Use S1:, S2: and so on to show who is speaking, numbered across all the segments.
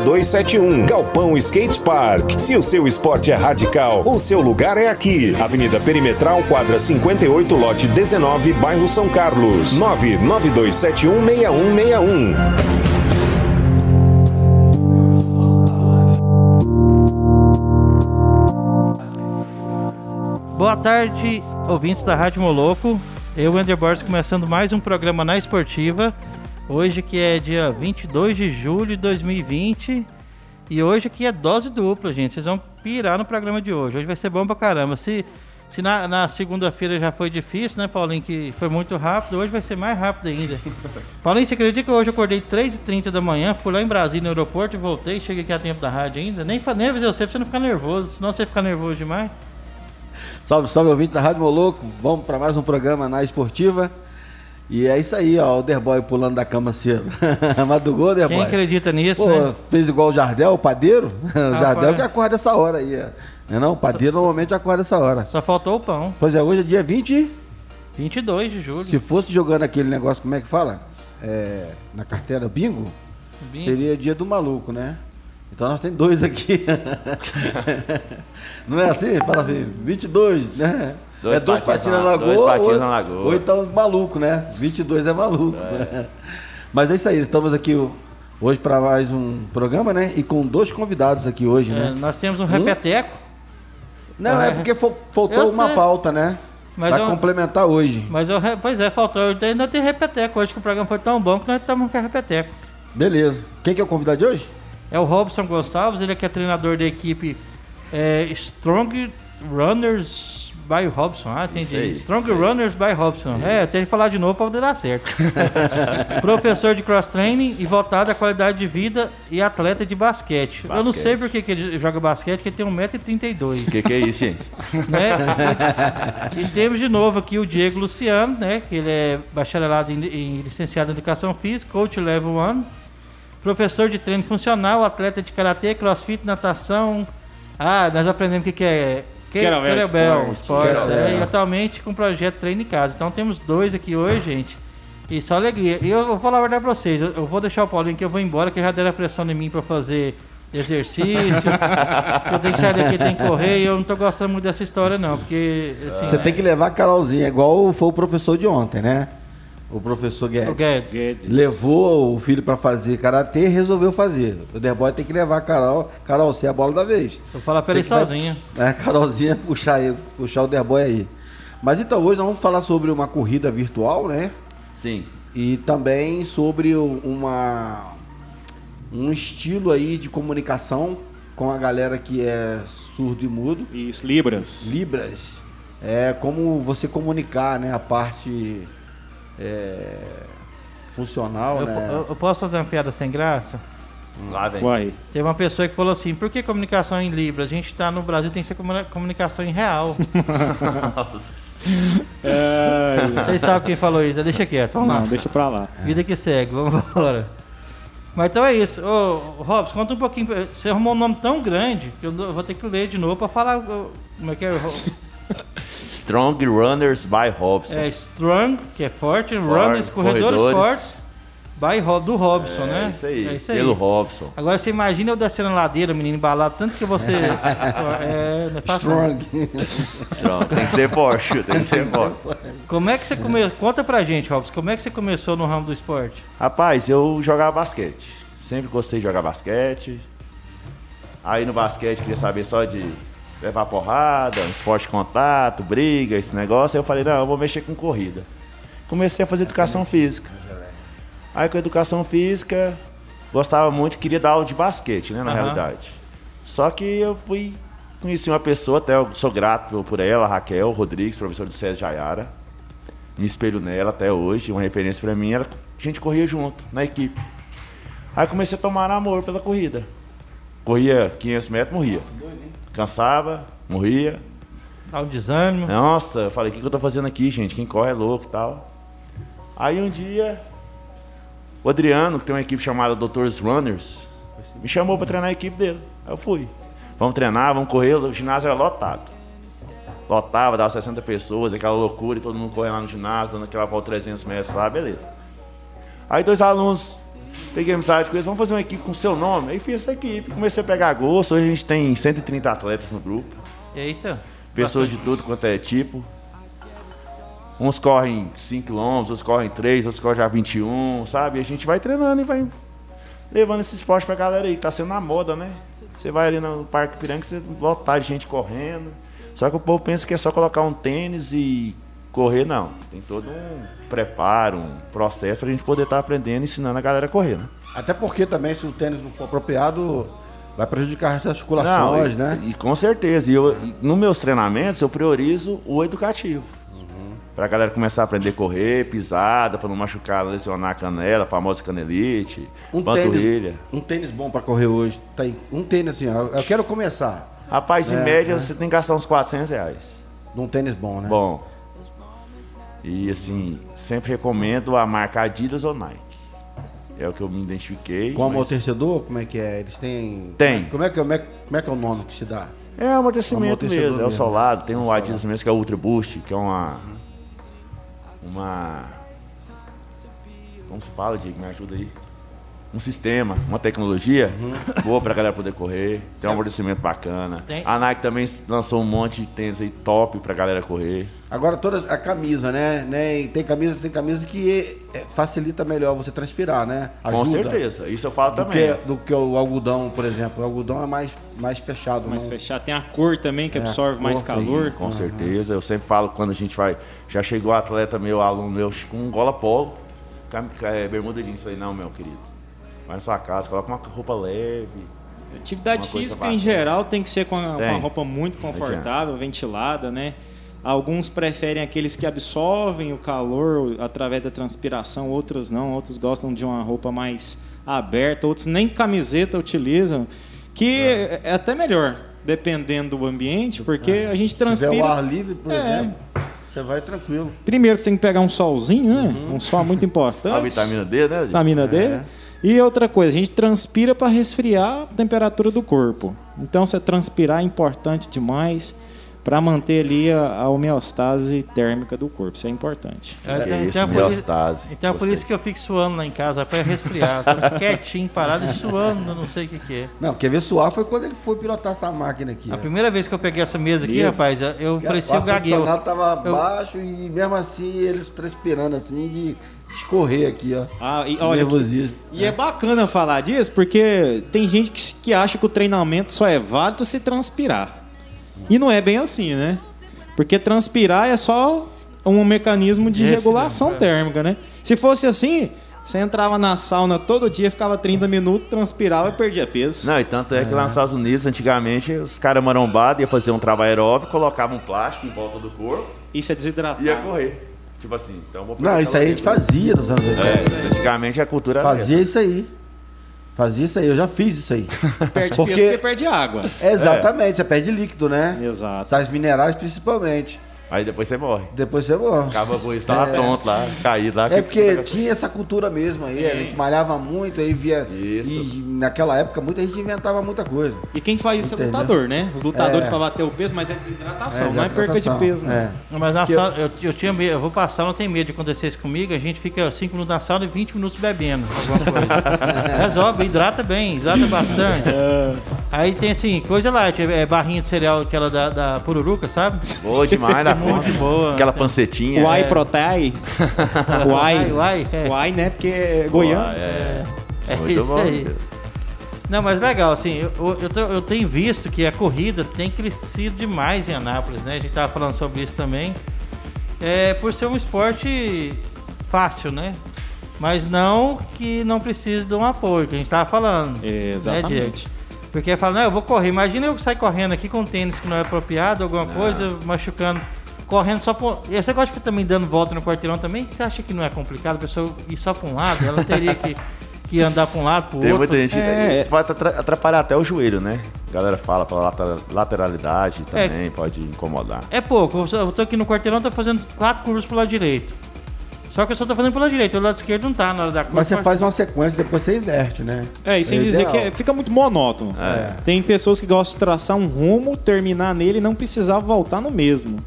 S1: 992396271. Galpão Skate Park. Se o seu esporte é radical, o seu lugar é aqui. Avenida Perimetral, quadra 58, lote 19, bairro São Carlos. 992716161.
S2: Boa tarde, ouvintes da Rádio Moloco. Eu, Ender Borges, começando mais um programa na Esportiva. Hoje que é dia 22 de julho de 2020. E hoje aqui é dose dupla, gente. Vocês vão pirar no programa de hoje. Hoje vai ser bom pra caramba. Se, se na, na segunda-feira já foi difícil, né, Paulinho? Que foi muito rápido, hoje vai ser mais rápido ainda. Paulinho, você acredita que hoje eu acordei 3h30 da manhã, fui lá em Brasília, no aeroporto, e voltei, cheguei aqui a tempo da rádio ainda. Nem, fa- nem avisei você pra você não ficar nervoso, senão você ficar nervoso demais.
S3: Salve, salve, ouvinte da Rádio Moloco. Vamos para mais um programa na Esportiva. E é isso aí, ó, o Derboy pulando da cama cedo. Madrugou, Derboy.
S2: Quem acredita nisso,
S3: Pô,
S2: né?
S3: fez igual o Jardel, o padeiro. o Jardel
S2: Rapaz.
S3: que acorda essa hora aí. ó. Não é não? O padeiro normalmente acorda essa hora.
S2: Só faltou o pão.
S3: Pois é, hoje é dia 20.
S2: 22 de julho.
S3: Se fosse jogando aquele negócio, como é que fala? É, na carteira bingo,
S2: Bingo.
S3: seria dia do maluco, né? Então nós tem dois aqui. Não é assim? Fala assim, 22, né?
S4: Dois
S3: é dois
S4: patinhos
S3: patins na
S4: na-
S3: lagoa.
S4: dois patinhos
S3: ou-
S4: na lagoa.
S3: Ou então maluco, né? 22 é maluco. né? Mas é isso aí, estamos aqui o- hoje para mais um programa, né? E com dois convidados aqui hoje,
S2: É,
S3: né?
S2: nós temos um repeteco,
S3: Não, é porque fo- faltou
S2: Eu
S3: uma
S2: sei.
S3: pauta, né?
S2: Mas
S3: Pra
S2: eu-
S3: complementar hoje.
S2: mas eu, re- pois é, faltou. Eu ainda tem repeteco hoje, que o programa foi tão bom que nós estamos com repeteco.
S3: Beleza. Quem que é o convidado de hoje?
S2: É o Robson Gonçalves, ele que é treinador da equipe é, Strong Runners by Robson. Ah, entendi.
S4: Isso aí,
S2: Strong
S4: isso aí.
S2: Runners by Robson. É, eu tenho que falar de novo para poder dar certo. Professor de cross-training e voltado à qualidade de vida e atleta de basquete. Eu não
S4: Basquete.
S2: sei por que, que ele joga basquete, porque ele tem 1,32m.
S4: O que, que é isso, gente?
S2: né? E temos de novo aqui o Diego Luciano, né? Que ele é bacharelado em, em licenciado em educação física, coach level 1, professor de treino funcional, atleta de karatê, crossfit, natação. Ah, nós aprendemos o que, que é que-
S5: Kettlebell
S2: kettlebell,
S5: sports.
S2: esportes, é,
S3: Kettlebell.
S2: e atualmente com o projeto Treino em Casa. Então temos dois aqui hoje, gente. E só alegria. E eu, eu vou falar a verdade pra vocês. Eu, eu vou deixar o Paulinho que eu vou embora, que já deram a pressão em mim pra fazer exercício. eu tenho que sair daqui, tenho que correr. E eu não tô gostando muito dessa história, não. Porque, assim.
S3: Você tem que levar a Carolzinha, igual foi o professor de ontem, né? O professor Guedes.
S2: O Guedes.
S5: Guedes.
S3: Levou o filho pra fazer karatê e resolveu fazer. O Derboy tem que levar a Carol. Carol, você é a bola da vez.
S2: Eu falo pra ele
S3: Você que vai-
S2: sozinha.
S3: É, a Carolzinha puxar, aí- puxar o Derboy aí. Mas então hoje nós vamos falar sobre uma corrida virtual, né?
S4: Sim.
S3: E também sobre o- uma, um estilo aí de comunicação com a galera que é surdo e mudo.
S5: Isso, Libras.
S3: Libras é como você comunicar né, a parte é, funcional,
S2: Eu,
S3: né?
S2: eu- eu posso fazer uma piada sem graça?
S4: Lá vem.
S5: Vai.
S2: Teve uma pessoa que falou assim: por que comunicação em Libra? A gente tá no Brasil, tem que ser comuni- comunicação em real.
S5: É,
S2: Vocês sabem quem falou isso, né? deixa quieto. Vamos lá.
S5: não, deixa pra lá.
S2: Vida que segue, vamos embora. Mas então é isso. Ô, Robson, conta um pouquinho. pra- Você arrumou um nome tão grande que eu não- vou ter que ler de novo pra falar. ô, Como é que é? Ro-
S4: Strong Runners by Robson.
S2: É Strong, que é forte,
S4: Forte,
S2: Runners, corredores,
S4: corredores.
S2: fortes. By Ro- do Robson,
S4: É
S2: né?
S4: isso aí.
S2: É isso aí.
S4: Pelo Robson.
S2: Agora você imagina eu descendo a ladeira, menino embalado, tanto que você. é, não é fácil, não.
S3: Strong.
S4: Strong. Tem que ser forte, tem que ser forte.
S2: Como é que você começou? Conta pra gente, Robson, como é que você começou no ramo do esporte?
S4: Rapaz, eu jogava basquete. Sempre gostei de jogar basquete. Aí no basquete queria saber só de levar porrada, um esporte de contato, briga, esse negócio. Aí eu falei, não, eu vou mexer com corrida. Comecei a fazer educação física. Aí com a educação física, gostava muito, queria dar aula de basquete, né, na
S2: Aham.
S4: realidade. Só que eu fui conheci uma pessoa, até eu sou grato por- por ela, Raquel Rodrigues, professora do César Jaiara. Me espelho nela até hoje, uma referência pra mim. Ela A gente corria junto, na equipe. Aí comecei a tomar amor pela corrida. Corria 500 metros, morria. Cansava, morria.
S2: Dá um desânimo.
S4: Nossa, eu falei, o que, que eu tô fazendo aqui, gente? Quem corre é louco e tal. Aí um dia, o Adriano, que tem uma equipe chamada Doutores Runners, me chamou pra treinar a equipe dele. Aí eu fui. Vamos treinar, vamos correr, o ginásio era lotado. Lotava, dava 60 pessoas, aquela loucura, e todo mundo correndo lá no ginásio, dando aquela volta 300 metros lá, beleza. Aí dois alunos, peguei amizade com eles, vamos fazer uma equipe com seu nome? Aí fiz essa equipe, comecei a pegar gosto, hoje a gente tem 130 atletas no grupo.
S2: Eita.
S4: Pessoas de tudo quanto é tipo. Uns correm 5 km, outros correm 3, outros correm já 21, sabe? E a gente vai treinando e vai levando esse esporte pra galera aí, que tá sendo na moda, né? Você vai ali no Parque Piranga, você lotar de gente correndo. Só que o povo pensa que é só colocar um tênis e correr, não. Tem todo um preparo, um processo pra gente poder estar aprendendo e ensinando a galera a correr, né?
S3: Até porque também, se o tênis não for apropriado, vai prejudicar as articulações,
S4: e,
S3: né?
S4: E com certeza. E eu, e nos meus treinamentos, eu priorizo o educativo. Pra galera começar a aprender a correr, pisada, pra não machucar, lesionar a canela, a famosa canelite, panturrilha.
S3: Um tênis, um tênis bom pra correr hoje. Tá aí, um tênis assim, ó, eu quero começar
S4: Rapaz, em
S3: É,
S4: média, você tem que gastar uns 400 reais.
S3: num tênis bom, né?
S4: Bom. E assim, sempre recomendo a marca Adidas ou Nike. É o que eu me identifiquei.
S3: Com
S4: mas-
S3: amortecedor, como é que é? Eles têm.
S4: Tem.
S3: Como é que, como é, como é, que é o nome que se dá?
S4: É amortecimento,
S3: Amortecedor
S4: mesmo, é o
S3: mesmo.
S4: solado. Tem um Adidas mesmo que é o Ultra Boost, que é uma. Uma. Como se fala, Diego? Me ajuda aí. Um sistema, uma tecnologia boa pra galera poder correr. Tem um amortecimento bacana.
S2: Tem.
S4: A Nike também lançou um monte de tênis aí top pra galera correr.
S3: Agora toda a camisa, né? né? E tem camisa, tem camisa que é, facilita melhor você transpirar, né? Ajuda.
S4: Com certeza, isso eu falo
S3: Do
S4: também.
S3: que, é do que o algodão, por exemplo. O algodão é mais, mais fechado.
S5: Mais
S3: não-
S5: fechado. Tem a cor também que absorve mais
S4: É, Sim,
S5: calor.
S4: com certeza. Eu sempre falo quando a gente vai. Já chegou atleta meu, aluno meu, com um gola polo, cam- ca- é, bermuda jeans. Falei, não, meu querido. Vai na sua casa, coloca uma roupa leve.
S5: Atividade
S4: Uma coisa
S5: física
S4: bacana.
S5: em geral tem que ser com a- com uma
S4: Tem.
S5: roupa muito
S4: adianta.
S5: confortável, ventilada, né? Alguns preferem aqueles que absorvem o calor através da transpiração, outros não, outros gostam de uma roupa mais aberta, outros nem camiseta utilizam, que é, é até melhor, dependendo do ambiente, porque
S4: É.
S5: a gente
S3: Se tiver
S5: transpira.
S3: o ar livre, por
S5: É.
S3: exemplo, você vai tranquilo.
S5: Primeiro que você tem que pegar um solzinho, né?
S4: Uhum.
S5: Um sol muito importante.
S4: A vitamina D, né? Di?
S5: vitamina D. E outra coisa, a gente transpira para resfriar a temperatura do corpo. Então, você transpirar é importante demais para manter ali a, a homeostase térmica do corpo. Isso é importante.
S2: É,
S4: Que
S2: então,
S4: isso,
S2: então é por isso-
S4: homeostase.
S2: Então é por
S4: Gostei.
S2: isso que eu fico suando lá em casa, para resfriar. Tô quietinho, parado e suando, não sei o que, que é.
S3: Não, quer ver suar foi quando ele foi pilotar essa máquina aqui.
S2: A primeira vez que eu peguei essa mesa aqui,
S5: Mesa.
S2: rapaz, eu parecia o gagueiro.
S3: ar-condicionado tava
S2: Eu-
S3: baixo e mesmo assim eles transpirando assim de escorrer aqui, ó.
S5: Ah, e olha que-
S3: Nervosismo.
S5: e é bacana falar disso, porque tem gente que, se- que acha que o treinamento só é válido se transpirar. E não é bem assim, né? Porque transpirar é só um mecanismo de
S2: Esse, né?
S5: regulação
S2: É.
S5: térmica, né? Se fosse assim, você entrava na sauna todo dia, ficava 30 minutos, transpirava e perdia peso.
S4: Não, e tanto é que lá nos Estados Unidos, antigamente, os caras marombados iam fazer um trabalho aeróbico, colocavam um plástico em volta do corpo
S5: Isso é
S4: e ia
S5: desidratado.
S4: correr. Tipo assim, então eu vou
S3: Não,
S4: pegar
S3: isso
S4: aquela
S3: aí a gente
S4: vida.
S3: fazia nos anos 80.
S4: É, isso antigamente a cultura era
S3: Fazia isso aí. Fazia isso aí, eu já fiz isso aí.
S5: Perde
S3: Porque-
S5: peso porque perde água.
S3: É. Exatamente, você perde líquido, né?
S5: Exato.
S3: Sais minerais principalmente.
S4: essa. Aí depois você morre.
S3: Depois você morre.
S4: Acaba com isso, tava tonto lá, caído lá.
S3: É
S4: que-
S3: porque tinha essa cultura mesmo aí, a gente malhava muito, aí via.
S4: Isso.
S3: E naquela época muita gente inventava muita coisa.
S5: E quem faz isso é
S3: Entendeu?
S5: lutador, né? Os lutadores
S3: É.
S5: pra bater o peso, mas é desidratação, não é
S3: desidratação,
S5: perca de peso, né?
S3: é.
S2: Não, Mas na
S3: Que eu-
S2: sauna, eu, eu tinha medo, eu vou pra sauna, eu tenho medo de acontecer isso comigo. A gente fica 5 minutos na sauna e 20 minutos bebendo alguma coisa. Resolve, hidrata bem, hidrata bastante.
S3: É.
S2: Aí tem assim, coisa lá, é barrinha de cereal, aquela da, da pururuca, sabe?
S4: Boa demais na
S2: Muito
S4: conta.
S2: boa.
S4: Aquela pancetinha. né?
S5: Uai protai. Uai.
S2: É. Uai, uai, é.
S5: Uai, né? Porque é goiano.
S4: Ah, é.
S2: É
S4: Muito
S2: isso
S4: bom.
S2: aí.
S4: meu.
S2: Não, mas legal, assim, eu, eu, tô- eu tenho visto que a corrida tem crescido demais em Anápolis, né? A gente tava falando sobre isso também. É, por ser um esporte fácil, né? Mas não que não precise de um apoio, que a gente tava falando.
S5: Exatamente.
S2: Né, Diego? Porque fala, não, eu vou correr. Imagina eu sair correndo aqui com um tênis que não é apropriado, alguma coisa, machucando. correndo só por. E Você gosta de também dando volta no quarteirão também? Você acha que não é complicado a pessoa ir só pra um lado? Ela teria que, que andar pra um lado, pro
S4: Tem
S2: outro.
S4: muita gente.
S5: É.
S4: Isso pode atra- atrapalhar até o joelho, né? A galera fala pela lata- lateralidade também, pode incomodar.
S2: É pouco. Eu eu tô aqui no quarteirão, tô fazendo quatro curvas pro lado direito. Só que eu só tô fazendo pro lado direito, o lado esquerdo não tá na hora da curva.
S3: Mas você faz uma sequência, depois você inverte, né?
S5: É, e sem dizer
S3: ideal.
S5: que é- fica muito monótono.
S2: É.
S5: Tem pessoas que gostam de traçar um rumo, terminar nele e não precisar voltar no mesmo.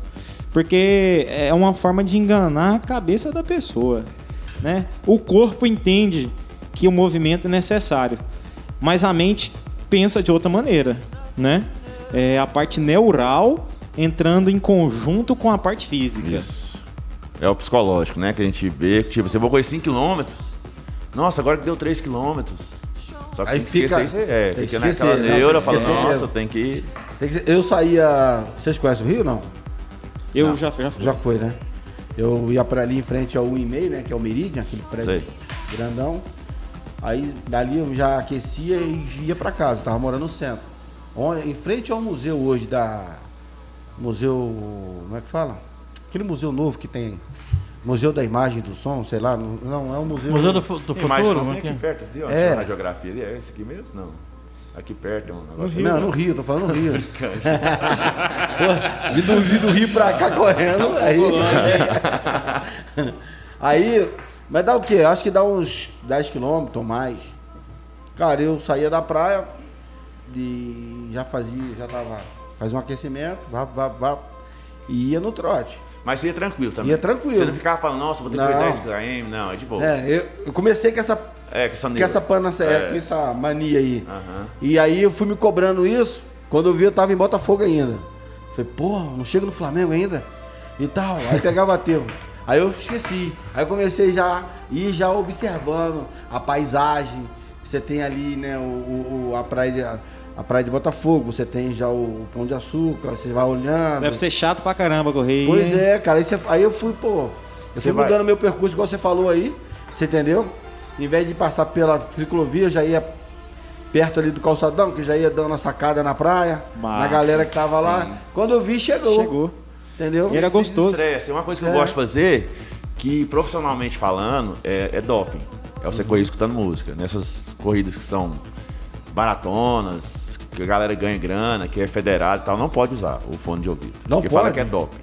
S5: Porque é uma forma de enganar a cabeça da pessoa. Né? O corpo entende que o movimento é necessário, mas a mente pensa de outra maneira. Né? É a parte neural entrando em conjunto com a parte física.
S4: Isso. É o psicológico, né? Que a gente vê que tipo, você vai correr 5km. Nossa, agora que deu 3km. Só que
S3: Aí
S4: tem que
S3: fica-
S4: esquecer isso aí.
S3: tem
S4: É,
S3: que
S4: fica
S3: esquecer,
S4: naquela
S3: não, tem
S4: neura
S3: que
S4: falando,
S3: esquecer
S4: nossa,
S3: mesmo.
S4: tem que ir.
S3: Tem que- Eu saía. Vocês conhecem o Rio não?
S5: Eu já, já fui.
S3: Já foi, né? Eu ia pra ali em frente ao 1,5, né? Que é o Meridian, aquele prédio
S4: Sei.
S3: grandão. Aí dali eu já aquecia e ia pra casa, tava morando no centro. Onde- em frente ao museu hoje da. Museu. Como é que fala? Aquele museu novo que tem. Museu da Imagem e do Som, sei lá. Não, não é um museu.
S2: Museu do, fu- do
S4: Tem mais
S2: futuro?
S4: um
S2: como é que
S4: aqui
S2: é?
S4: perto, ali, ó,
S3: É.
S4: é. na geografia ali. É esse aqui mesmo? Não. Aqui perto é um negócio.
S3: Não, no Rio, tô falando no Rio. Pô, vim do, vim do Rio pra cá correndo. Aí, aí, mas dá o quê? Acho que dá uns 10 quilômetros ou mais. Cara, eu saía da praia e já fazia, já tava. Fazia um aquecimento, vá, vá, vá. E ia no trote.
S4: Mas você ia tranquilo também.
S3: Ia tranquilo.
S4: Você não ficava falando, nossa, vou ter que
S3: Não.
S4: correr 10km. Não, é de boa. É,
S3: É, eu, eu comecei com essa,
S4: com essa
S3: com
S4: neura.
S3: essa, panacea,
S4: É.
S3: com essa mania aí.
S4: Aham.
S3: E aí eu fui me cobrando isso. Quando eu vi, eu tava em Botafogo ainda. Falei, porra, não chego no Flamengo ainda? E tal. Aí pegava tempo. Aí eu esqueci. Aí eu comecei já ir já observando a paisagem. Você tem ali, né, o, o- o- a praia de. a- a praia de Botafogo, você tem já o Pão de Açúcar, você vai olhando.
S5: Deve ser chato pra caramba correr.
S3: Pois
S5: hein?
S3: é, cara. Aí, você- aí eu fui, pô. Eu
S4: Você
S3: fui
S4: vai-
S3: mudando meu percurso, igual você falou aí. Você entendeu? Em vez de passar pela ciclovia, eu já ia perto ali do calçadão, que já ia dando uma sacada na praia, na
S5: Massa,
S3: galera que tava lá. Quando eu vi, chegou.
S5: Chegou.
S3: Entendeu?
S5: E era
S4: Se
S5: gostoso.
S4: desestressa. Uma coisa que
S3: É.
S4: eu gosto de fazer, que profissionalmente falando, é, é doping. É você correr escutando música. Nessas corridas que são baratonas, que a galera ganha grana, que é federado e tal, não pode usar o fone de ouvido.
S3: Não
S4: porque fala
S3: pode?
S4: que é doping.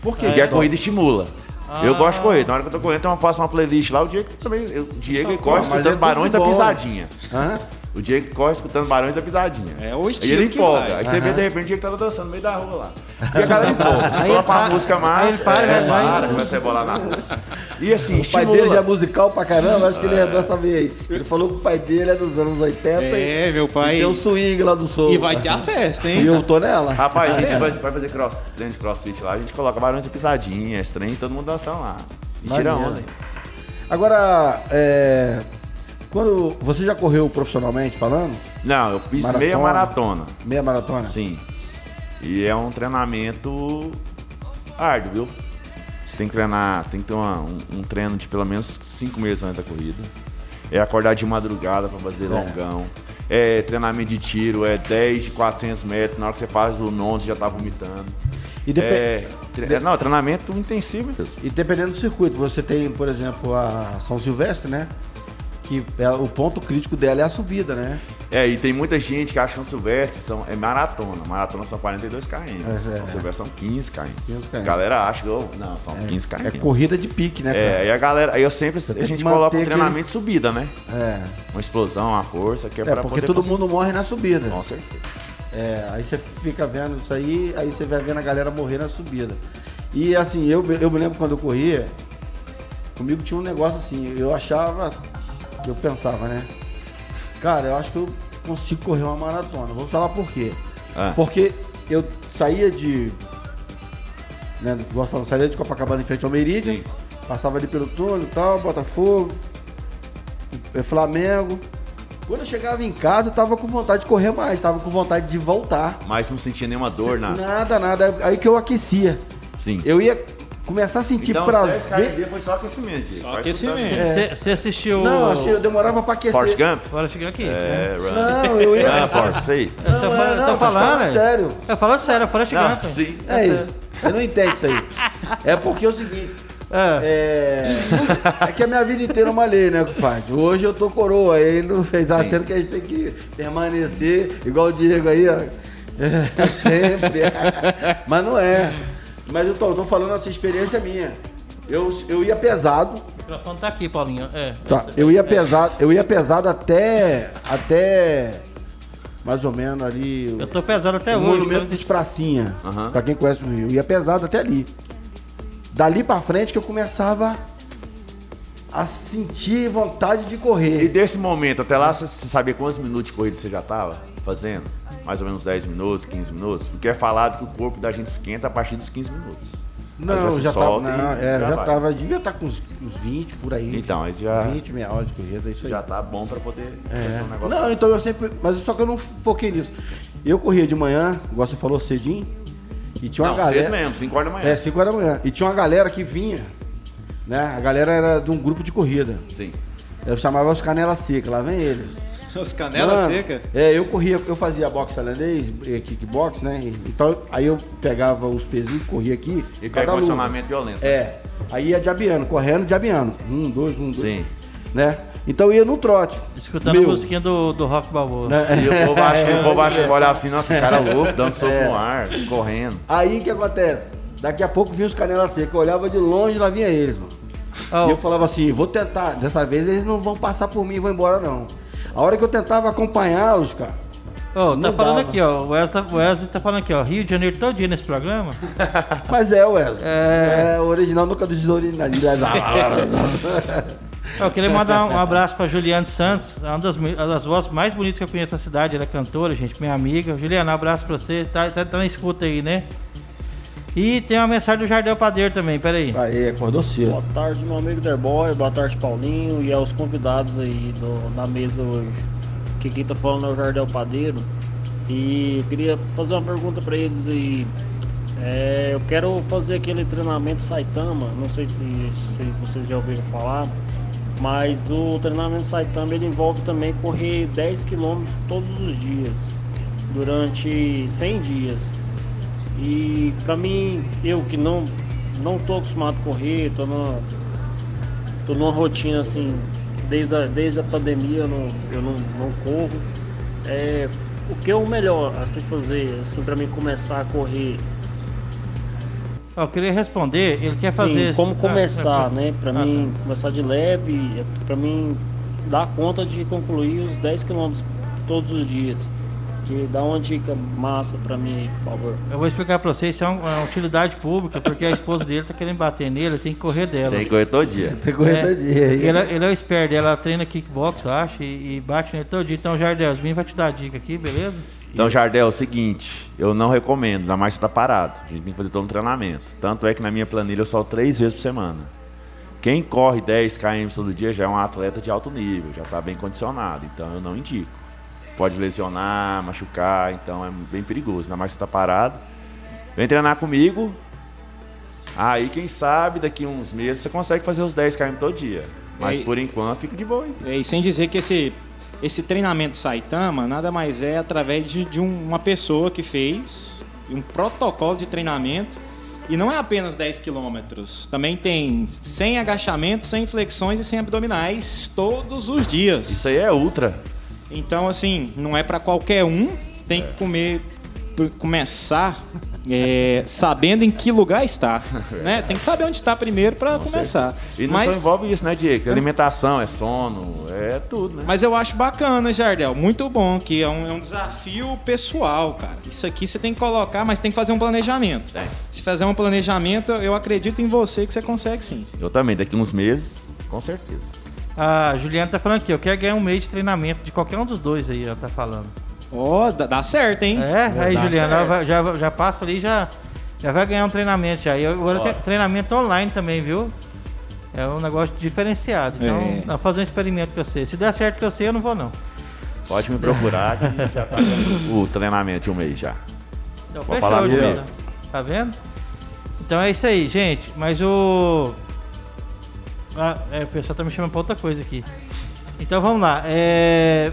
S3: Por quê? É
S4: Porque a corrida estimula.
S3: Ah.
S4: Eu gosto de correr. Na hora que eu tô correndo, então eu faço uma playlist lá. O Diego também. eu- o Diego ele corre
S3: mas é
S4: escutando
S3: tudo
S4: Barões da
S3: bom.
S4: Pisadinha.
S3: Hã?
S4: O Diego corre escutando Barões da Pisadinha.
S5: É o
S4: E
S5: estilo
S4: ele
S5: que
S4: empolga.
S5: vai.
S4: Aí você vê de repente o Diego tava dançando no meio da rua lá. E a galera empolga. Você
S2: Aí
S4: coloca
S2: ele
S4: uma
S2: para-
S4: música
S2: aí
S4: mais.
S2: ele para,
S4: é,
S2: né?
S4: para,
S2: Vai.
S4: começa a rebolar na rua. E assim,
S3: O pai
S4: estimula.
S3: dele já é musical pra caramba, acho que
S5: Ah.
S3: ele é dessa veia aí. Ele falou que o pai dele é dos anos 80
S5: É, meu
S3: e
S5: pai.
S3: tem um swing lá do soul.
S5: E vai ter a festa, hein?
S3: E eu tô nela. Tá
S4: Rapaz, a
S3: É.
S4: gente vai, vai fazer cross, treino de crossfit lá, a gente coloca Barões da Pisadinha, esse trem, todo mundo dançando lá. E tira
S3: Maneiro.
S4: onda. hein?
S3: Agora, é, quando você já correu profissionalmente falando,
S4: Não, eu fiz
S3: Maratona.
S4: meia maratona.
S3: meia maratona?
S4: Sim. E é um treinamento árduo, viu? Você tem que treinar, tem que ter uma- um, um treino de pelo menos cinco meses antes da corrida. É acordar de madrugada pra fazer longão. É treinamento de tiro, é 10 de 400 metros. Na hora que você faz o nono, você já tá vomitando.
S3: E depe-
S4: É, tre- é, não, treinamento intensivo mesmo.
S3: E dependendo do circuito, você tem, por exemplo, a São Silvestre, né? Que é- o ponto crítico dela é a subida, né?
S4: É, e tem muita gente que acha que São Silvestre são, é maratona. Maratona são 42 km.
S3: É, é.
S4: São Silvestre são 15 km.
S3: 15 km.
S4: A galera acha que, oh, não, são 15 km.
S3: É corrida de pique, né,
S4: É,
S3: cara?
S4: aí a galera, aí eu sempre,
S3: tem
S4: a gente
S3: que manter
S4: coloca um
S3: aquele-
S4: treinamento de subida, né?
S3: É,
S4: Uma explosão, uma força, que é,
S3: é,
S4: pra
S3: porque
S4: poder
S3: todo
S4: conseguir-
S3: mundo morre na subida.
S4: Com certeza.
S3: É, aí você fica vendo isso aí, aí você vai vendo a galera morrer na subida. E assim, eu, eu me lembro quando eu corria, comigo tinha um negócio assim, eu achava, que eu pensava, né? Cara, eu acho que eu consigo correr uma maratona. Vou falar por quê.
S4: Ah.
S3: Porque eu saía de. Né, igual eu falo, saía de Copacabana em frente ao Meridian,
S4: Sim.
S3: passava ali pelo túnel e tal, Botafogo, é, Flamengo. Quando eu chegava em casa, eu tava com vontade de correr mais, tava com vontade de voltar.
S4: Mas não sentia nenhuma dor, nada.
S3: Nada, nada. Aí que eu aquecia.
S4: Sim.
S3: Eu ia começar a sentir
S4: Então,
S3: prazer.
S4: 10 KD foi só aquecimento. gente.
S5: Só
S4: Vai
S5: aquecimento.
S4: escutando.
S2: Você você assistiu.
S3: É. Não, assim, eu demorava pra aquecer.
S4: Forrest Gump?
S2: Bora chegar aqui.
S4: É, run.
S3: Não, eu ia.
S4: Run, Forrest, sei.
S2: Você
S3: Não, é,
S2: fala-
S3: não,
S2: tá
S3: tô
S2: falando,
S3: falando
S2: é.
S3: sério.
S2: Eu falo sério, para
S4: Não,
S2: chegar.
S4: Ah, sim.
S3: É isso. Você não entende isso aí. É porque é o seguinte.
S2: Ah.
S3: É... é que a minha vida inteira eu malhei, né, compadre? Hoje eu tô coroa, aí ele não fez, tá achando que a gente tem que permanecer igual o Diego aí, ó. É, sempre. Mas não é. Mas eu tô, eu tô falando essa experiência minha. Eu, eu ia pesado,
S2: O microfone tá aqui, Paulinho. É,
S3: Tá, eu ia pesado, eu ia pesado até até mais ou menos ali
S2: Eu tô pesado até
S3: o
S2: hoje.
S3: monumento
S2: então-
S3: dos Pracinha,
S4: É Aham.
S3: pra quem conhece o Rio. Eu ia pesado até ali. Dali pra frente que eu começava a sentir vontade de
S4: E
S3: correr.
S4: desse momento até lá, você sabia quantos minutos de corrida você já tava fazendo? Mais ou menos 10 minutos, 15 minutos? Porque é falado que o corpo da gente esquenta a partir dos 15 minutos. Aí
S3: Não,
S4: se
S3: já tava,
S4: solta e
S3: não, é, já
S4: vai.
S3: tava, devia estar com uns, uns 20 por aí.
S4: Então, aí já,
S3: 20, meia hora de corrida, é isso aí.
S4: já tá bom pra poder fazer um negócio.
S3: Não, então eu sempre. Mas só que eu não foquei nisso. Eu corria de manhã, igual você falou, cedinho. E tinha uma
S4: Não,
S3: galera.
S4: cedo mesmo, 5 horas da manhã.
S3: É, 5 horas da manhã. E tinha uma galera que vinha, né? A galera era de um grupo de corrida.
S4: Sim.
S3: Eu chamava os Canela Seca, lá vem eles.
S5: Os canela
S3: Mano,
S5: seca?
S3: É, eu corria, porque eu fazia boxe tailandês, eh, kickbox, né? Então, aí eu pegava os pezinhos, corria aqui.
S4: E com
S3: cada luva.
S4: condicionamento violento. né?
S3: É. Aí ia diabiano, correndo, diabiano. Um, dois, um, dois.
S4: Sim.
S3: Né? Então eu ia no trote.
S2: Escutando a musiquinha do, do Rock Balboa.
S3: Né?
S4: E o povo acha que o povo acha que
S3: É.
S4: vai olhar assim, nossa, esse cara é louco, dando soco no ar, correndo.
S3: Aí o que acontece? Daqui a pouco vinha os canela seca, eu olhava de longe lá vinha eles, mano.
S2: Ó,
S3: E eu falava assim, vou tentar, dessa vez eles não vão passar por mim e vão embora não. A hora que eu tentava acompanhá-los, cara,
S2: ó, tá
S3: não
S2: falando
S3: dava.
S2: aqui, ó. O Wesley, o Wesley tá falando aqui, ó. Rio de Janeiro todo dia nesse programa.
S3: mas é, Wesley.
S2: É.
S3: É, o original nunca dos originais.
S2: Eu queria mandar um abraço pra Juliane Santos, uma das, mi- uma das vozes mais bonitas que eu conheço na cidade. Ela é cantora, gente, minha amiga. Juliana, um abraço pra você. Tá, tá, tá na escuta aí, né? E tem uma mensagem do Jardel Padeiro também, peraí.
S3: Aí, acordou cedo.
S6: Boa tarde, meu amigo Derboy, boa tarde, Paulinho, e aos convidados aí do, da mesa hoje. Aqui quem tá falando é o Jardel Padeiro. E eu queria fazer uma pergunta pra eles aí. É, eu quero fazer aquele treinamento Saitama, não sei se, se vocês já ouviram falar, mas o treinamento Saitama ele envolve também correr 10 km todos os dias, durante 100 dias. E pra mim, eu que não não tô acostumado a correr, tô numa, tô numa rotina assim, desde a, desde a pandemia eu não, eu não, não corro. É, o que é o melhor a se fazer, assim, pra mim começar a correr?
S2: Ó, eu queria responder, ele quer fazer...
S6: Sim, como
S2: Ah,
S6: começar,
S2: ah,
S6: né? Pra
S2: ah,
S6: mim, começar de leve, é, pra mim dar conta de concluir os 10 km todos os dias. Que dá uma dica massa pra mim aí, por favor.
S2: Eu vou explicar pra vocês, isso é uma, uma utilidade pública, porque a esposa dele tá querendo bater nele, tem que correr dela.
S4: Tem que correr todo dia.
S3: Tem correr
S2: É,
S3: todo dia aí.
S2: Ele, é- ele é o esperto, ela treina kickbox, eu acho, e, e bate nele todo dia. Então, Jardel, os meninos vai te dar a dica aqui, beleza?
S4: Então, Jardel, é o seguinte, eu não recomendo, ainda mais que você tá parado. A gente tem que fazer todo um treinamento. Tanto é que na minha planilha eu solto três vezes por semana. Quem corre 10 km todo dia já é um atleta de alto nível, já está bem condicionado, então eu não indico. Pode lesionar, machucar, então é bem perigoso, ainda mais que você tá parado. Vem treinar comigo. Aí, quem sabe, daqui uns meses você consegue fazer os 10 km todo dia. Mas
S5: Ei.
S4: por enquanto fica de boa. hein?
S5: É, E sem dizer que esse, esse treinamento Saitama nada mais é através de, de um- uma pessoa que fez um protocolo de treinamento. E não é apenas 10 quilômetros. Também tem 100 agachamentos, 100 flexões e 100 abdominais todos os dias.
S4: Isso aí é ultra.
S5: Então, assim, não é pra qualquer um. Tem que comer, por- começar é, sabendo em que lugar está. né? Tem que saber onde está primeiro pra começar.
S4: E não só envolve isso, né, Diego? Alimentação, é sono, é tudo, né?
S5: Mas eu acho bacana, Jardel. Muito bom, que é um, é um desafio pessoal, cara. Isso aqui você tem que colocar, mas tem que fazer um planejamento. Se fizer um planejamento, eu acredito em você que você consegue sim.
S4: Eu também, daqui uns meses, com certeza.
S2: A Juliana tá falando aqui, eu quero ganhar um mês de treinamento de qualquer um dos dois aí, ela tá falando.
S5: Ó, dá, dá certo, hein?
S2: É, aí
S5: Dá
S2: Juliana, ela
S5: certo.
S2: vai- já, já passa ali, já, já vai ganhar um treinamento já. E agora
S4: Ó.
S2: tem treinamento online também, viu? É um negócio diferenciado. Então,
S5: É.
S2: nós vamos fazer um experimento com você. Se der certo com você, eu não vou não.
S4: Pode me procurar que já tá dando o treinamento de um mês já.
S2: Então,
S4: Vou falar
S2: fechou,
S4: comigo.
S2: Juliana. Tá vendo? Então é isso aí, gente. Mas o. Ah, é, o pessoal tá me chamando pra outra coisa aqui. Então vamos lá. É...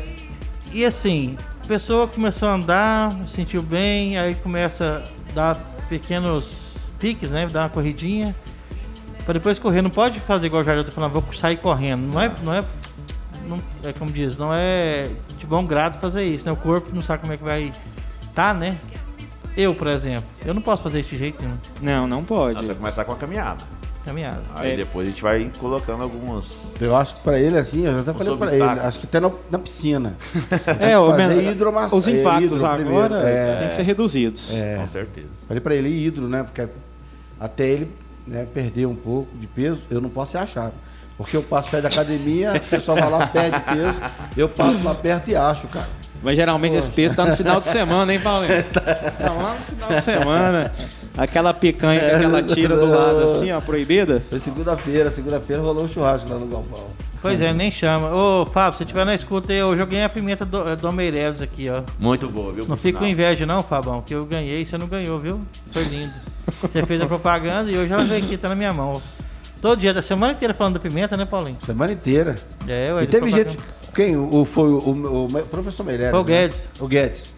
S2: E assim, a pessoa começou a andar, sentiu bem, aí começa a dar pequenos piques, né? Dar uma corridinha. Pra depois correr. Não pode fazer igual o Jardim tá falando, vou sair correndo. Não é. Não é, não, é como diz, não é de bom grado fazer isso, né? O corpo não sabe como é que vai tá, né? Eu, por exemplo, eu não posso fazer isso de jeito nenhum.
S5: Não, não pode.
S4: Nós vamos começar com a caminhada.
S2: Caminhada.
S4: Aí
S5: É.
S4: depois a gente vai colocando alguns.
S3: Eu acho que pra ele, assim, eu já até falei pra ele,
S4: obstáculos.
S3: acho que até na, na piscina.
S5: É, o
S3: Fazer
S5: men-
S3: hidromassagem-
S5: os impactos
S3: hidro primeiro,
S5: agora
S3: é.
S5: têm que ser reduzidos.
S2: É.
S4: Com certeza.
S3: Falei pra ele ir hidro, né? Porque até ele né, perder um pouco de peso, eu não posso se achar. Porque eu passo perto da academia, o pessoal vai lá, perde peso, eu passo lá perto e acho, cara.
S5: Mas geralmente esse peso tá no final de semana, hein, Paulinho? Tá lá no final de semana. Aquela picanha que aquela tira do lado assim, ó, proibida.
S3: Foi segunda-feira, segunda-feira rolou um churrasco lá no Galpão.
S2: Pois é, nem chama. Ô, Fábio, se tiver na escuta, aí, eu joguei a pimenta do, eh, do Meireles aqui, ó.
S4: Muito boa, viu?
S2: Não
S4: por
S2: fica com
S4: sinal.
S2: inveja, não, Fabão, que eu ganhei e você não ganhou, viu? Foi lindo. Você fez a propaganda e hoje ela veio aqui, tá na minha mão. Todo dia, da semana inteira falando da pimenta, né, Paulinho?
S3: Semana inteira.
S2: É, ué,
S3: E
S2: de
S3: teve
S2: propaganda.
S3: gente. Quem? O, foi o, o- o professor Meirelles.
S2: Foi o
S3: né?
S2: Guedes.
S3: O Guedes.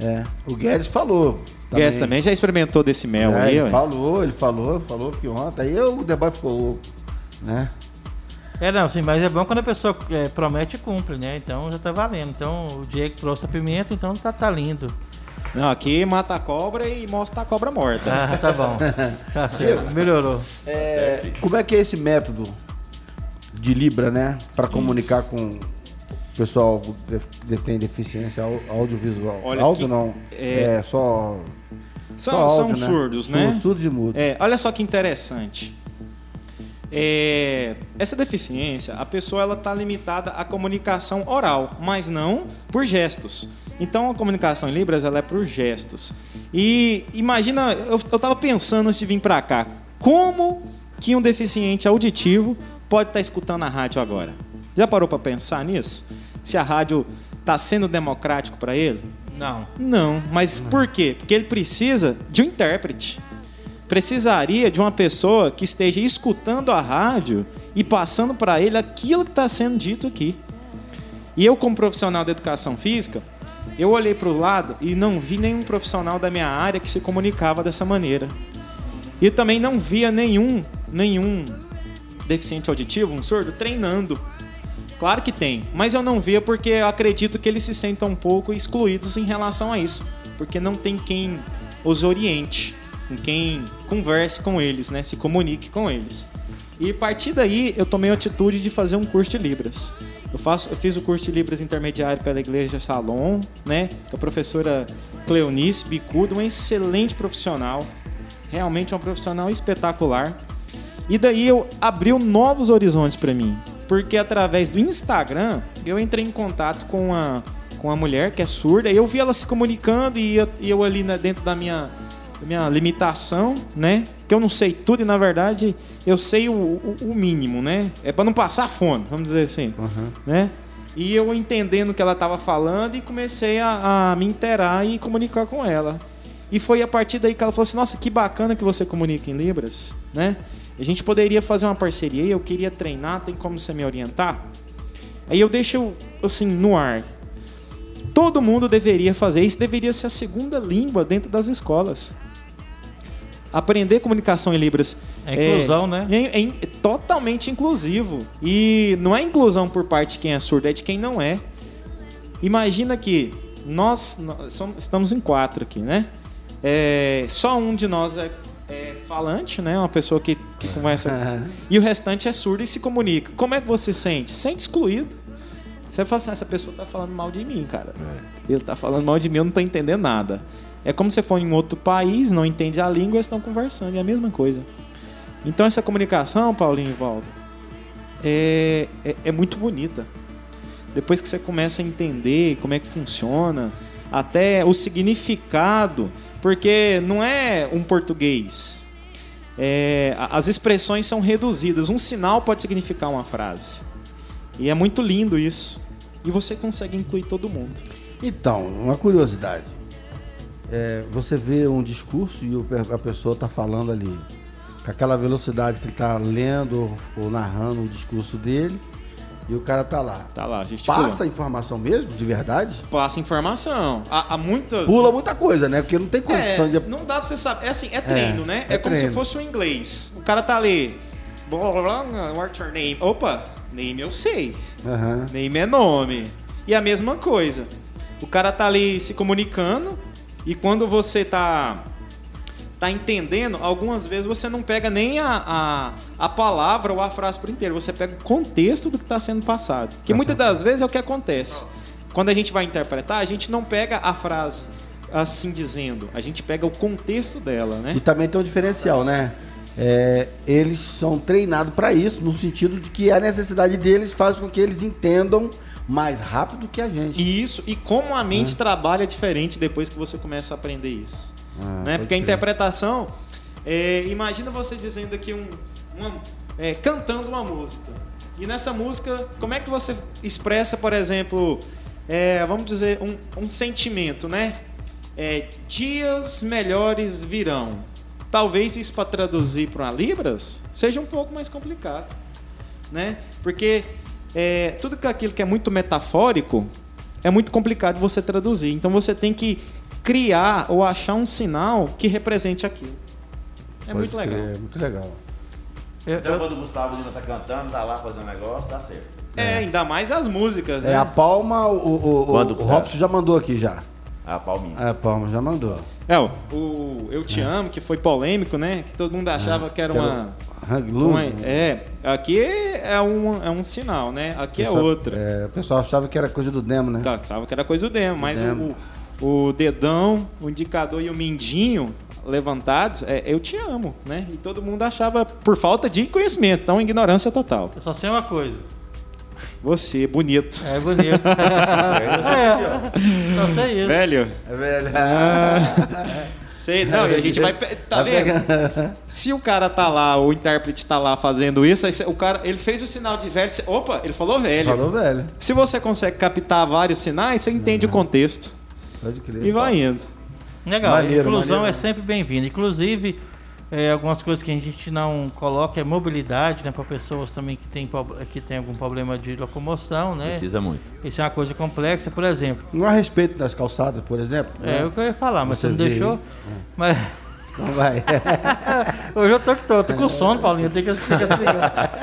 S3: É. O Guedes falou.
S5: Guess também um já experimentou desse mel
S3: É,
S5: aí,
S3: ele
S5: ó.
S3: falou, ele falou, falou que ontem. Aí eu- o debate ficou louco, né?
S2: É, não, sim, mas é bom quando a pessoa eh, promete e cumpre, né? Então já tá valendo. Então o Diego trouxe a pimenta, então tá, tá lindo.
S5: Não, aqui mata a cobra e mostra a cobra morta.
S2: Ah, tá bom. Tá certo, melhorou.
S3: É, como é que é esse método de Libra, né? Pra comunicar com o pessoal que def- tem deficiência au- audiovisual.
S5: Olha,
S3: Áudio
S5: que-
S3: não.
S5: é-
S3: É, só.
S5: São,
S3: só
S5: são
S3: áudio, né?
S5: surdos,
S3: São
S5: né?
S3: Surdos e mudos.
S5: É, olha só que interessante. É, essa deficiência, a pessoa ela está limitada à comunicação oral, mas não por gestos. Então a comunicação em libras ela é por gestos. E imagina, eu estava pensando antes de vir para cá, como que um deficiente auditivo pode estar escutando a rádio agora? Já parou para pensar nisso? Se a rádio está sendo democrático para ele?
S2: Não.
S5: Não, mas por quê? Porque ele precisa de um intérprete. Precisaria de uma pessoa que esteja escutando a rádio e passando para ele aquilo que está sendo dito aqui. E eu, como profissional da educação física, eu olhei para o lado e não vi nenhum profissional da minha área que se comunicava dessa maneira. E também não via nenhum, nenhum deficiente auditivo, um surdo, treinando. Claro que tem, mas eu não via porque eu acredito que eles se sentam um pouco excluídos em relação a isso, porque não tem quem os oriente, com quem converse com eles, né, se comunique com eles. E a partir daí eu tomei a atitude de fazer um curso de Libras. Eu, faço, eu fiz o curso de Libras intermediário pela Igreja Salom, né? com A professora Cleonice Bicudo, uma excelente profissional, realmente é uma profissional espetacular. E daí eu abriu novos horizontes pra mim, porque através do Instagram eu entrei em contato com a com uma mulher que é surda e eu vi ela se comunicando e eu, e eu ali né, dentro da minha da minha limitação, né? Que eu não sei tudo e na verdade eu sei o, o- o mínimo, né? É pra não passar fome, vamos dizer assim, né? E eu entendendo o que ela estava falando e comecei a, a me interar e comunicar com ela. E foi a partir daí que ela falou assim: Nossa, que bacana que você comunica em Libras, né? A gente poderia fazer uma parceria, eu queria treinar, tem como você me orientar? Aí eu deixo assim no ar. Todo mundo deveria fazer isso, deveria ser a segunda língua dentro das escolas. Aprender comunicação em Libras.
S2: É inclusão, né?
S5: É, é in- é totalmente inclusivo. E não é inclusão por parte de quem é surdo, é de quem não é. Imagina que nós, nós somos- estamos em quatro aqui, né? É, só um de nós é, é falante, né? Uma pessoa que, que conversa. e o restante é surdo e se comunica. Como é que você se sente? Se Sente excluído. Você fala assim, essa pessoa tá falando mal de mim, cara. Ele tá falando mal de mim, eu não tô entendendo nada. É como se for em outro país, não entende a língua, eles estão conversando, é a mesma coisa. Então essa comunicação, Paulinho e Valdo, é, é, é muito bonita. Depois que você começa a entender como é que funciona, até o significado, porque não é um português. É, a- as expressões são reduzidas. Um sinal pode significar uma frase. E é muito lindo isso. E você consegue incluir todo mundo.
S3: Então, uma curiosidade. É, você vê um discurso e o pe- a pessoa está falando ali tá com aquela velocidade que ele está lendo ou narrando o discurso dele E o cara tá lá.
S5: Tá lá, gente.
S3: Passa a informação mesmo, de verdade?
S5: Passa informação. Há, há muitas.
S3: Pula muita coisa, né? Porque não tem
S5: É,
S3: condição de.
S5: Não dá pra você saber. É assim, é treino, né? É,
S3: é
S5: como se
S3: treino.
S5: fosse o inglês. O cara tá ali. Blá, blá, blá, blá, What's your um name? Opa, name eu sei.
S3: Aham.
S5: Name é nome. E a mesma coisa. O cara tá ali se comunicando e quando você tá tá entendendo, algumas vezes você não pega nem a, a, a palavra ou a frase por inteiro, você pega o contexto do que está sendo passado. Que muitas das vezes é o que acontece. Quando a gente vai interpretar, a gente não pega a frase assim dizendo, a gente pega o contexto dela, né?
S3: E também tem um diferencial, né? É, eles são treinados pra isso, no sentido de que a necessidade deles faz com que eles entendam mais rápido que a gente.
S5: E isso, e como a mente trabalha diferente depois que você começa a aprender isso. né? Porque a interpretação. é, imagina você dizendo aqui um. uma- é, cantando uma música. E nessa música, como é que você expressa, por exemplo, é, vamos dizer, um, um sentimento, né? É, dias melhores virão. Talvez isso para traduzir para Libras seja um pouco mais complicado né? Porque é, tudo que- aquilo que é muito metafórico é muito complicado você traduzir. Então você tem que criar ou achar um sinal que represente aquilo. É muito
S3: Pode
S5: legal.
S3: crer, muito legal.
S2: Eu-
S4: Então,
S2: eu-
S4: quando o Gustavo Lima tá cantando, tá lá fazendo negócio, tá certo.
S5: É, ainda mais as músicas, né?
S3: É, a Palma, o, o, o-
S4: Quando- é?
S3: o Robson já mandou aqui já.
S4: A
S2: Ah,
S4: palminha.
S3: A Palma já mandou.
S5: É, o, o Eu Te Amo, que foi polêmico, né? Que todo mundo achava que era uma.
S3: Hang
S5: uma-
S3: Loose.
S5: é, aqui é um, é um sinal, né? Aqui é
S3: Pessoal-
S5: outra. Tá.
S3: é, o pessoal achava que era coisa do demo, né?
S5: Gastava Então, que era coisa do demo, mas
S3: demo.
S5: O, o dedão, o indicador e o mindinho levantados, é, eu te amo, né? E todo mundo achava por falta de conhecimento, então ignorância total.
S2: eu só sei uma coisa.
S5: Você, bonito.
S2: É bonito. é, só sei isso.
S5: Velho,
S3: É velho.
S5: você, não, e a gente vai. pe- Tá vendo? Se o cara tá lá, o intérprete tá lá fazendo isso, aí cê- o cara, ele fez o sinal de velho, cê- opa, ele falou velho.
S3: Falou velho.
S5: Se você consegue captar vários sinais, você entende o contexto
S3: Pode crer.
S5: e vai indo.
S2: Legal,
S3: Maneiro,
S2: inclusão
S3: maneiro.
S2: é sempre bem-vinda. Inclusive, é, algumas coisas que a gente não coloca é mobilidade, né? Para pessoas também que têm prob- que tem algum problema de locomoção, né?
S4: Precisa muito.
S2: Isso é uma coisa complexa, por exemplo.
S3: Não há respeito das calçadas, por exemplo.
S2: É, o que eu ia falar, mas você,
S3: Né? Você
S2: não
S3: vê, É.
S2: deixou. Mas
S3: Não vai.
S2: hoje eu tô que tô, tô com sono, Paulinho, eu tenho que, tenho que explicar.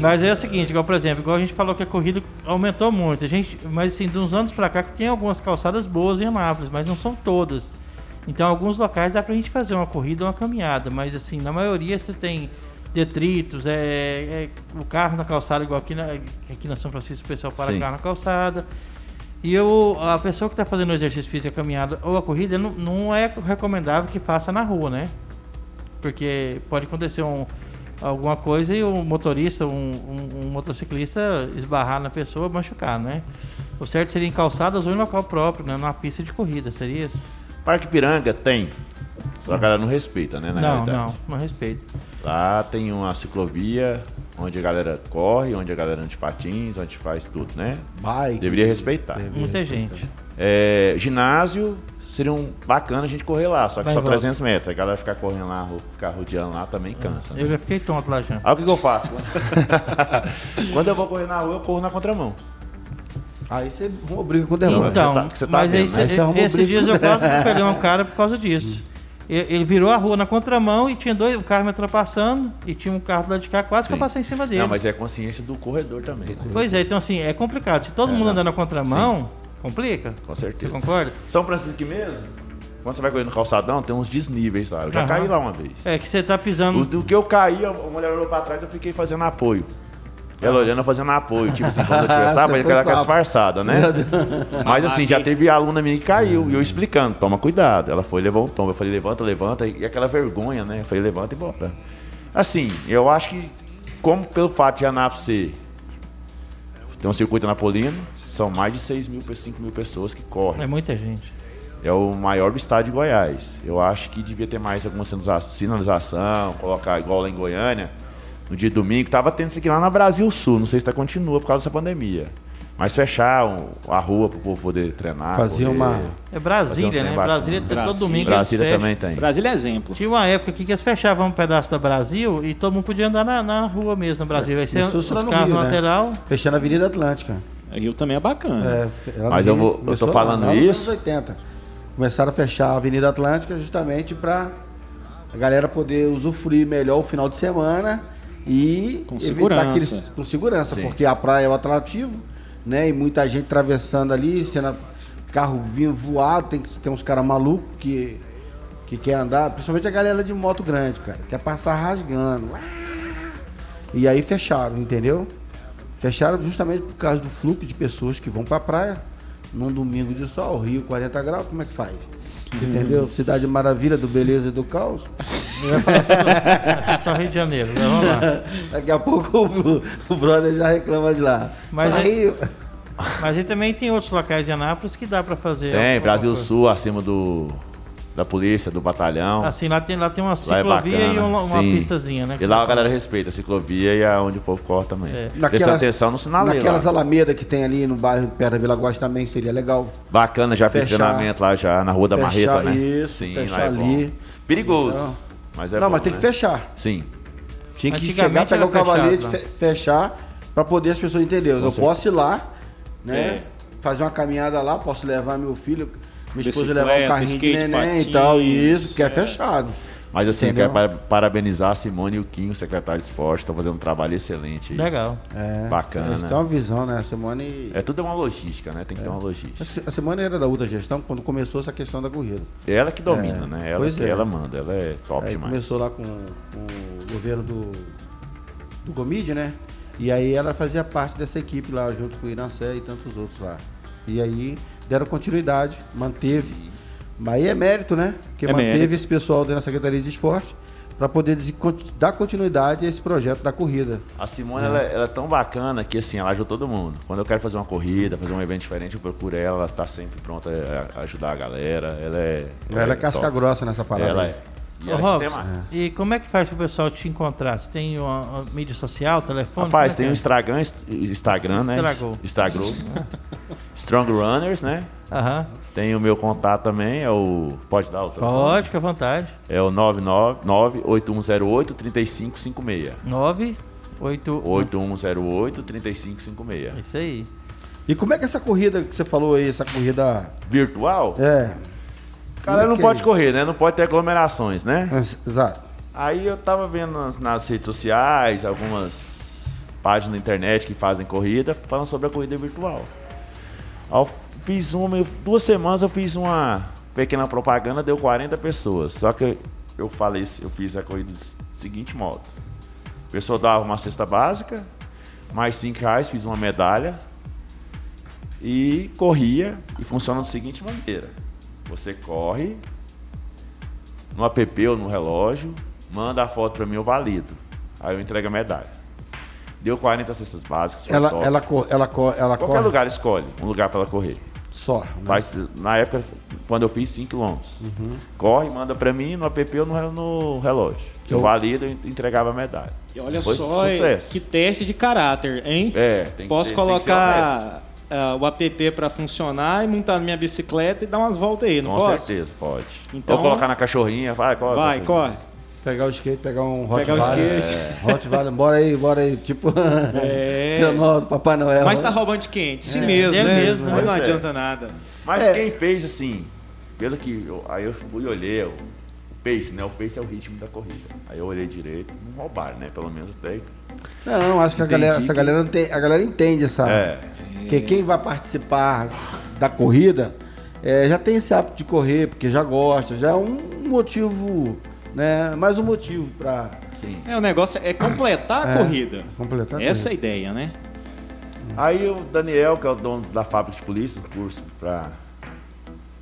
S2: mas é o seguinte, igual, por exemplo, igual a gente falou que a corrida aumentou muito. A gente, mas assim, de uns anos pra cá que tem algumas calçadas boas em Anápolis, mas não são todas. Então, em alguns locais dá pra gente fazer uma corrida ou uma caminhada, mas assim, na maioria você tem detritos, é, é o carro na calçada, igual aqui na, aqui na São Francisco, o pessoal para
S4: Sim.
S2: carro na calçada. E eu, a pessoa que está fazendo o exercício físico, a caminhada ou a corrida, não, não é recomendável que faça na rua, né? Porque pode acontecer um, alguma coisa e o motorista, um, um- um motociclista esbarrar na pessoa, machucar, né? O certo seria em calçadas ou em local próprio, né? Numa pista de corrida, seria isso?
S4: Parque Piranga tem. Só que ela não respeita, né? Na
S2: não,
S4: realidade.
S2: não, não respeito.
S4: Lá tem uma ciclovia onde a galera corre, onde a galera anda de patins, onde faz tudo, né?
S3: Vai.
S4: Deveria respeitar.
S2: Muita gente.
S4: É, ginásio seria um bacana a gente correr lá, só que
S2: Vai e
S4: só
S2: volta.
S4: 300 metros. A galera ficar correndo lá, ro- ficar rodeando lá também cansa.
S2: Eu
S4: Né?
S2: já fiquei tonto lá já.
S4: Aí o que, que eu faço? Quando eu vou correr na rua, eu corro na contramão.
S3: Aí você obriga com o demônio.
S4: Então,
S2: Então,
S4: você tá- que você tá
S2: mas
S4: vendo,
S2: aí
S4: né?
S2: cê-
S3: Você arrumou um Hum.
S2: esses
S3: briga.
S2: dias eu quase atropelei um cara por causa disso. E- Ele virou a rua na contramão e tinha dois, um carro me ultrapassando e tinha um carro do lado de cá, quase que eu
S4: Sim.
S2: passei em cima dele.
S4: Não, mas é consciência do corredor também. né?
S2: Pois é, então assim, é complicado. Se todo mundo andar na contramão, complica.
S4: Com
S2: Você
S4: certeza.
S2: concorda?
S4: São Francisco aqui mesmo, quando você vai correr no calçadão, tem uns desníveis lá. Eu já
S2: Aham.
S4: caí lá uma vez.
S2: É que você tá
S4: O,
S2: pisando.
S4: do que eu caí, a mulher olhou pra trás, eu fiquei fazendo apoio. Ela olhando, eu fazendo apoio. Tipo assim, quando eu tiver,
S3: Você
S4: sabe? Mas aquela que
S3: foi
S4: é
S3: safo.
S4: disfarçada, né? Mas assim, já teve aluna minha que caiu. E eu explicando, toma cuidado. Ela foi, levou um tombo. Eu falei, levanta, levanta. E aquela vergonha, né? Eu falei, levanta e bota. Assim, eu acho que, como pelo fato de Anápolis ser... Tem um circuito anapolino, são mais de 6 mil, 5 mil pessoas que correm.
S2: É muita gente.
S4: É o maior do estado de Goiás. Eu acho que devia ter mais alguma sinaliza- sinalização, colocar igual lá em Goiânia. No dia de domingo, tava tendo isso aqui lá na Brasil Sul. Não sei se tá continua por causa dessa pandemia. Mas fechar um- a rua pro povo poder treinar.
S3: Fazer
S4: correr.
S3: uma-
S2: É
S4: Fazer um
S2: Brasília,
S4: trem
S2: né?
S4: bacana.
S2: Brasília, tem- todo
S5: Brasília.
S2: domingo
S4: Brasília
S2: eles
S4: também
S2: fecham.
S4: tem.
S5: Brasil é exemplo.
S2: Tinha uma época aqui que eles fechavam um pedaço da Brasil e todo mundo podia andar na, na rua mesmo, no Brasil. Aí você,
S3: Começou
S2: os
S3: só no
S2: carros
S3: Rio, né?
S2: lateral,
S3: Fechando a Avenida Atlântica.
S5: Rio também é bacana.
S3: É, ela
S4: Mas
S3: vem-
S4: eu vou- eu tô
S3: começou
S4: falando
S3: lá nos
S4: isso-
S3: anos 80. Começaram a fechar a Avenida Atlântica justamente pra a galera poder usufruir melhor o final de semana e
S5: Com
S3: evitar
S5: segurança.
S3: aqueles- com segurança,
S4: Sim.
S3: porque a praia é o atrativo, né? E muita gente atravessando ali, sendo carro vindo voado, tem que ter uns caras malucos que que quer andar, principalmente a galera de moto grande, cara, quer passar rasgando. E aí fecharam, entendeu? Fecharam justamente por causa do fluxo de pessoas que vão pra praia num domingo de sol, Rio 40 graus, como é que faz? Entendeu? Cidade maravilha do beleza e do caos.
S2: é só Rio de Janeiro. Mas vamos lá.
S3: Daqui a pouco o, o brother já reclama de lá.
S2: Mas
S3: Só
S2: é-
S3: Rio.
S2: Mas aí também tem outros locais de Anápolis que dá pra fazer.
S4: Tem,
S2: alguma
S4: Brasil
S2: coisa.
S4: Sul, acima do. Da polícia, do batalhão.
S2: Assim, lá tem, lá tem uma
S4: Lá é
S2: ciclovia
S4: bacana.
S2: e uma, uma
S4: sim.
S2: pistazinha, né?
S4: E lá a galera respeita a ciclovia e é onde o povo corre também.
S2: É.
S4: Presta atenção no sinaleiro.
S3: Naquelas
S4: lá.
S3: alamedas que tem ali no bairro perto da Vila Guas também seria legal.
S4: Bacana, já fez
S3: Fechar.
S4: treinamento lá já na Rua da
S3: Fechar
S4: Marreta, né?
S3: isso,
S4: Sim,
S3: fechar
S4: lá é
S3: ali.
S4: bom. Perigoso.
S3: Então-
S4: Mas é
S3: Não,
S4: bom,
S3: mas tem
S4: né?
S3: que fechar.
S4: Sim.
S3: Tinha que
S2: Antigamente
S3: chegar, pegar
S2: era
S3: o cavalete,
S2: fechado, né?
S3: fe- fechar, pra poder as pessoas entenderem. eu posso ir lá, né?
S5: É.
S3: Fazer uma caminhada lá, posso levar meu filho, minha esposa
S5: Bicicleta,
S3: levar um carrinho de
S5: skate,
S3: neném e
S5: patins,
S3: tal, e isso, que é,
S5: é.
S3: fechado.
S4: Mas assim, eu
S3: Entendeu?
S4: quero par- parabenizar a Simone e o Kim, o secretário de esporte, estão fazendo um trabalho excelente. aí.
S2: Legal.
S3: É,
S4: Bacana.
S3: Eles têm uma visão, né? A Simone.
S4: É tudo é uma logística, né? Tem que ter uma logística.
S3: A Simone era da outra gestão quando começou essa questão da corrida.
S4: Ela que domina, né? Ela,
S3: pois
S4: que
S3: é.
S4: ela manda, ela é top
S3: Aí
S4: demais.
S3: começou lá com, com o governo do, do Gomide, né? E aí ela fazia parte dessa equipe lá, junto com o Inancé e tantos outros lá. E aí deram continuidade, manteve. Mas aí é mérito, né? Porque
S5: É
S3: manteve
S5: mérito.
S3: esse pessoal dentro da Secretaria de Esporte para poder desi- conti- dar continuidade a esse projeto da corrida.
S4: A Simone, ela, ela é tão bacana que, assim, ela ajuda todo mundo. Quando eu quero fazer uma corrida, fazer um evento diferente, eu procuro ela, ela tá sempre pronta a- a ajudar a galera. Ela é.
S3: Ela é né? casca
S4: top.
S3: grossa nessa parada.
S4: Ela
S3: aí.
S4: é. E
S2: Ô,
S4: ela é
S2: Robson,
S4: sistemática.
S2: e como é que faz pro pessoal te encontrar? Você tem uma, uma mídia social, telefone?
S4: Rapaz,
S2: Como
S4: tem um
S2: é
S4: o
S2: que
S4: Instagram, Instagram, né?
S2: Estragou.
S4: Instagram. Strong Runners, né?
S2: é? Aham.
S4: Tem o meu contato também, é o. Pode dar o telefone?
S2: Pode, fica à vontade.
S4: É o 999-8108-3556.
S2: 9, 8,
S4: 8108-3556.
S2: é Isso aí.
S3: E como é que essa corrida que você falou aí, essa corrida.
S4: Virtual?
S3: É.
S4: Cara, não
S3: Ok.
S4: pode correr, né? Não pode ter aglomerações, né?
S3: Exato.
S4: Aí eu tava vendo nas, nas redes sociais, algumas páginas na internet que fazem corrida, falando sobre a corrida virtual. Aí eu fiz uma, eu- duas semanas eu fiz uma pequena propaganda, deu 40 pessoas. Só que eu falei, eu fiz a corrida do seguinte modo. A pessoa dava uma cesta básica, mais 5 reais, fiz uma medalha e corria e funciona da seguinte maneira. Você corre, no app ou no relógio, manda a foto pra mim, eu valido. Aí eu entrego a medalha. Deu 40 cestas básicas. foi
S3: Ela,
S4: top.
S3: ela, co- ela, co- ela
S4: Qualquer
S3: corre
S4: lugar escolhe um lugar pra ela correr.
S3: só.
S4: Faz, na época, quando eu fiz 5 km.
S5: Uhum.
S4: Corre, manda pra mim no app ou no, re- no relógio. Que eu
S3: Eu-
S4: valido e entregava a medalha.
S5: E olha
S4: Foi
S5: só, é,
S4: sucesso.
S5: que teste de caráter, hein?
S4: É, tem que
S5: Posso
S4: ter- tem que ser
S5: colocar ah, o app pra funcionar e montar na minha bicicleta e dar umas voltas aí, não
S4: Com
S5: posso?
S4: certeza, pode.
S5: Então-
S4: Ou colocar na cachorrinha, vai, assim. corre.
S5: Vai,
S4: cachorrinha.
S5: corre.
S3: Pegar o skate, pegar um hot
S5: Pegar o skate.
S3: Rottweiler, bora aí, bora aí. Tipo,
S5: É.
S3: Trenó do Papai
S4: É.
S3: Noel.
S5: Mas tá roubando de quem? De si mesmo,
S2: É
S5: né?
S2: mesmo,
S5: Aí
S2: né?
S5: não
S4: Pois é.
S5: adianta nada.
S4: Mas
S5: É.
S4: quem fez assim, pelo que. eu- aí eu fui e olhei é o, o pace, né? O pace é o ritmo da corrida. Aí eu olhei direito, não roubaram, né? Pelo menos até.
S3: Não, acho que a
S4: Entendi
S3: galera, essa
S4: que-
S3: galera, não tem, a galera entende
S5: Ah.
S3: essa.
S4: É.
S3: Que quem vai participar da corrida é, já tem esse hábito de correr, porque já gosta, já é um motivo, né? Mais um motivo pra
S4: Sim.
S5: É, o negócio é completar a corrida.
S3: completar. a
S5: Essa é a ideia, né?
S4: Aí o Daniel, que é o dono da fábrica de polícia, o curso pra.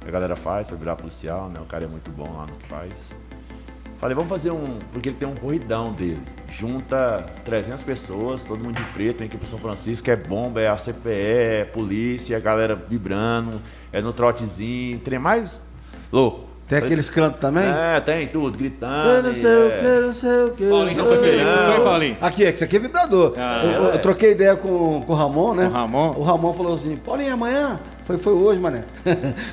S4: A galera faz pra virar policial, né? O cara é muito bom lá no que faz. Falei, vamos fazer um. Porque ele tem um corridão dele. Junta 300 pessoas, todo mundo de preto, vem aqui pro São Francisco, é bomba, é a CPE, é polícia, é a galera vibrando, é no trotezinho, trem mais louco.
S3: Tem aqueles cantos também?
S4: É, tem tudo, gritando.
S3: Eu não
S4: e,
S3: sei o
S4: é.
S3: que, não sei o que.
S5: Paulinho,
S3: não
S5: foi
S3: sei
S5: bem,
S3: o
S5: não
S3: que.
S5: foi, Paulinho?
S3: Aqui, é que isso aqui é vibrador.
S5: Ah,
S3: eu, eu- eu
S4: é.
S3: troquei ideia com, com o Ramon, né?
S5: Com o Ramon?
S3: O Ramon falou assim: Paulinho, amanhã? Foi, foi hoje, mané.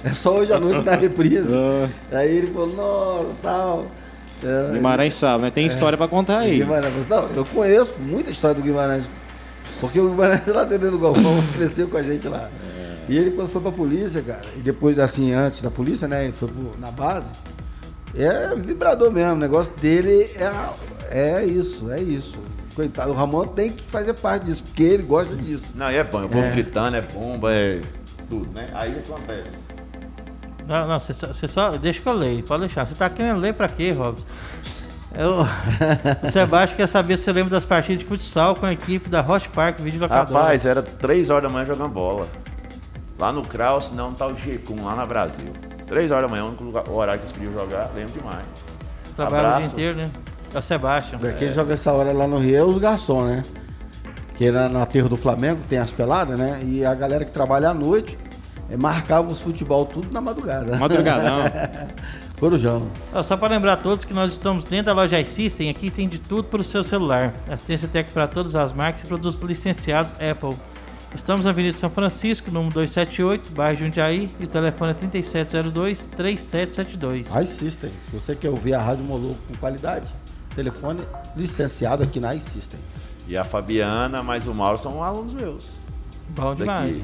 S3: é só hoje à noite na reprise.
S5: Ah.
S3: Aí ele falou: nossa, tal. É,
S5: Guimarães sabe, né? Tem história pra contar aí.
S3: Guimarães. Mas, Não, eu conheço muita história do Guimarães. Porque o Guimarães é lá dentro do galpão cresceu com a gente lá. E ele quando foi pra polícia, cara, e depois assim, antes da polícia, né? Ele foi pro- na base, é vibrador mesmo. O negócio dele é, a- é isso, é isso. Coitado, o Ramon tem que fazer parte disso, porque ele gosta disso.
S4: Não, e é bom, o povo
S3: É.
S4: gritando, é bomba, é tudo, né? Aí acontece.
S2: Não, não, você só, você só- Deixa que eu leio, pode deixar. Você tá querendo ler pra quê, Robson? Eu, o Sebastião quer saber se você lembra das partidas de futsal com a equipe da Hot Park Videolocadora.
S4: Rapaz, era 3 horas da manhã jogando bola. Lá no Kraus, não, tá o G1, lá na Brasil. 3 horas da manhã, o único lugar- o horário que eles podiam jogar, lembro demais.
S2: Trabalha o dia
S4: abraço.
S2: inteiro, né? É o Sebastião.
S3: Quem joga essa hora lá no Rio é os garçons, né? Que na, na Terra do Flamengo tem as peladas, né? E a galera que trabalha à noite é, marcava os futebol tudo na madrugada.
S5: Madrugadão.
S3: Corujão.
S2: Ó, Só para lembrar a todos que nós estamos dentro da loja iSystem, aqui tem de tudo para o seu celular. Assistência técnica para todas as marcas e produtos licenciados Apple. Estamos na Avenida São Francisco, número 278, bairro Jundiaí, e o telefone é 3702-3772.
S3: iSystem. Se Você quer ouvir a Rádio Moloco com qualidade? Telefone licenciado aqui na iSystem.
S4: E a Fabiana, mais o Mauro, são alunos meus.
S2: Bom demais.
S4: Daqui,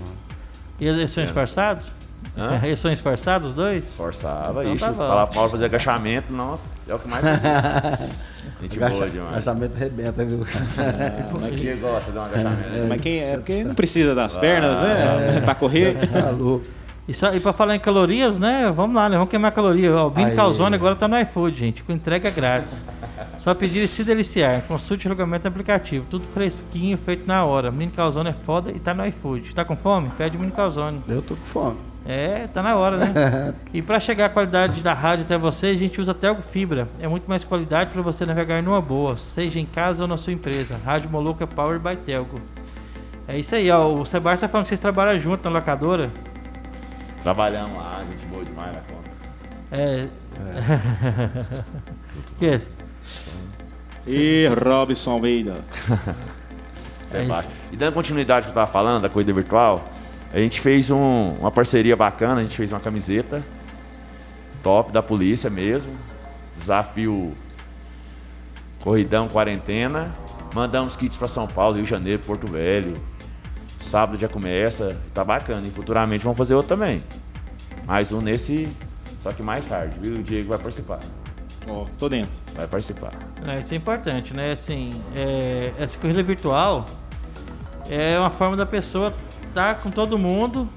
S2: E eles são esforçados?
S4: Hã?
S2: Eles são esforçados, os dois?
S4: forçava,
S2: Então
S4: isso.
S2: tá bom.
S4: Falar pro Mauro fazer agachamento, nossa, é o que mais... Gente boa demais.
S3: Agachamento arrebenta, viu?
S4: Quem gosta de fazer um agachamento?
S5: Mas quem é? Porque não precisa das pernas,
S4: Ah.
S5: né? pra correr.
S3: Tá louco.
S2: E, só, e pra falar em calorias, né? Vamos lá, né? Vamos queimar caloria. Ó, O Bini
S3: Aí.
S2: Calzone agora tá no iFood, gente, com entrega grátis. Só pedir e se deliciar. Consulte o julgamento do aplicativo. Tudo fresquinho, feito na hora. Bini Calzone é foda e tá no iFood. Tá com fome? Pede o Bini Calzone.
S3: Eu tô com fome.
S2: É, tá na hora, né? e pra chegar a qualidade da rádio até você, a gente usa Telgo Fibra. É muito mais qualidade pra você navegar numa boa, seja em casa ou na sua empresa. Rádio Moluca é Power by Telgo. É isso aí, ó. O Sebastião tá falando que vocês trabalham junto na locadora.
S4: Trabalhamos lá, gente boa demais na conta.
S2: É. que? é
S5: E Robson Almeida.
S4: Isso é baixo. E dando continuidade ao que eu tava falando, da corrida virtual, a gente fez um- uma parceria bacana, a gente fez uma camiseta top da polícia mesmo. Desafio Corridão Quarentena. Mandamos kits para São Paulo, Rio de Janeiro, Porto Velho. Sábado já começa, tá bacana. E futuramente vamos fazer outro também. Mais um nesse, só que mais tarde, viu? O Diego vai participar.
S5: Ó, tô dentro.
S4: Vai participar.
S2: É, isso é importante, né? Assim, é, essa corrida virtual é uma forma da pessoa estar com todo mundo,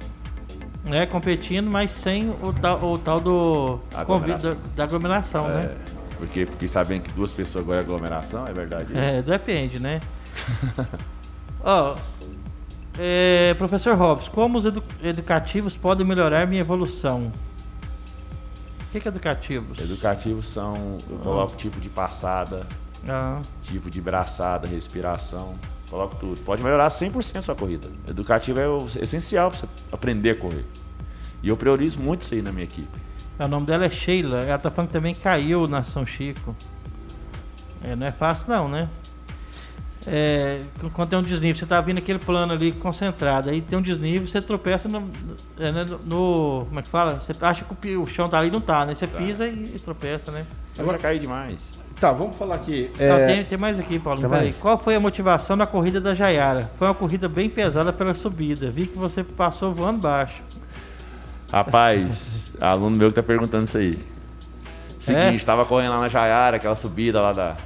S2: né? Competindo, mas sem o tal, o tal do convite
S4: Aglomeração.
S2: da, da aglomeração,
S4: É,
S2: né?
S4: porque fiquei sabendo que duas pessoas agora é aglomeração, é verdade?
S2: É, depende, né? Ó, é, professor Robson, como os edu- educativos podem melhorar minha evolução? O que, que é educativos?
S4: Educativos são, eu coloco tipo de passada,
S2: Ah,
S4: tipo de braçada, respiração, coloco tudo. Pode melhorar 100% sua corrida. Educativo é o essencial para você aprender a correr. E eu priorizo muito isso aí na minha equipe.
S2: O nome dela é Sheila. Ela tá falando que também caiu na São Chico. É, não é fácil não, né? É, qu- quando tem um desnível, você tá vindo aquele plano ali concentrado, aí tem um desnível, você tropeça no, é, né, no- no- Como é que fala? Você acha que o pi- o chão tá ali e não tá, né? Você pisa e, e tropeça, né?
S4: Agora caí demais.
S3: Tá, vamos falar aqui.
S2: Não,
S3: É,
S2: tem, tem mais aqui, Paulo.
S3: Tem
S2: Peraí.
S3: mais?
S2: Qual foi a motivação na corrida da Jaiara? Foi uma corrida bem pesada pela subida. Vi que você passou voando baixo.
S4: Rapaz, aluno meu que tá perguntando isso aí.
S2: É?
S4: Seguinte, tava correndo lá na Jaiara, aquela subida lá da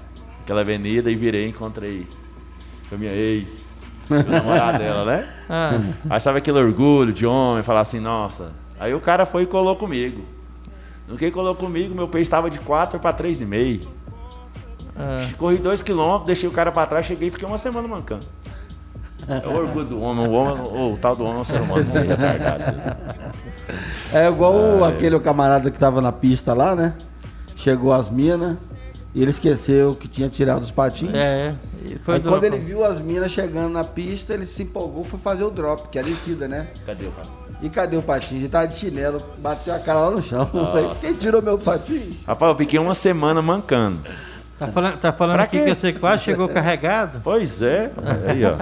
S4: aquela avenida e virei, encontrei com a minha ex, o namorado dela, né?
S2: Ah,
S4: Aí sabe aquele orgulho de homem, falar assim, nossa. Aí o cara foi e colou comigo. No que ele colou comigo, meu peso estava de 4 para 3,5.
S2: ah.
S4: Corri 2 km, deixei o cara para trás, cheguei e fiquei uma semana mancando. É o orgulho do homem, o, homem, o tal do homem é um ser humano meio retardado.
S3: é igual
S4: Ah,
S3: o- aquele camarada que tava na pista lá, né? Chegou as minas e ele esqueceu que tinha tirado os patinhos.
S2: É, Ele foi
S3: Aí
S2: do-
S3: quando ele viu as minas chegando na pista, ele se empolgou, foi fazer o drop, que é a descida, né?
S4: Cadê o cara?
S3: E cadê o patinho? Ele tava de chinelo, bateu a cara lá no chão. Falei, Quem tirou meu patinho?
S4: Rapaz, eu fiquei uma semana mancando.
S2: Tá falando, tá falando
S4: Pra
S2: aqui
S4: quê?
S2: que você quase chegou carregado?
S4: Pois é. rapaz, Aí, ó.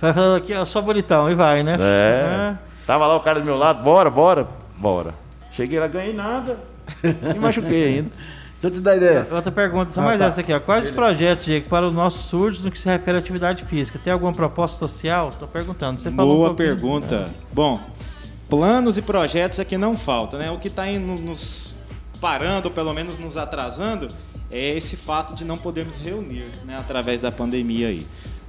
S2: Vai falando aqui, ó, só bonitão, e vai, né?
S4: É. Tava lá o cara do meu lado, bora, bora, bora. Cheguei lá, ganhei nada. Me machuquei ainda.
S3: Deixa eu te dar ideia.
S2: Ah, Outra pergunta, só
S3: Ah,
S2: mais
S3: tá.
S2: essa aqui, ó. Quais os projetos, Diego, para os nossos surdos no que se refere à atividade física? Tem alguma proposta social? Tô perguntando. Você falou um
S5: Boa
S2: pouquinho.
S5: pergunta. Bom, planos e projetos aqui não faltam, né? O que está nos parando, ou pelo menos nos atrasando, é esse fato de não podermos reunir, né? Através da pandemia aí.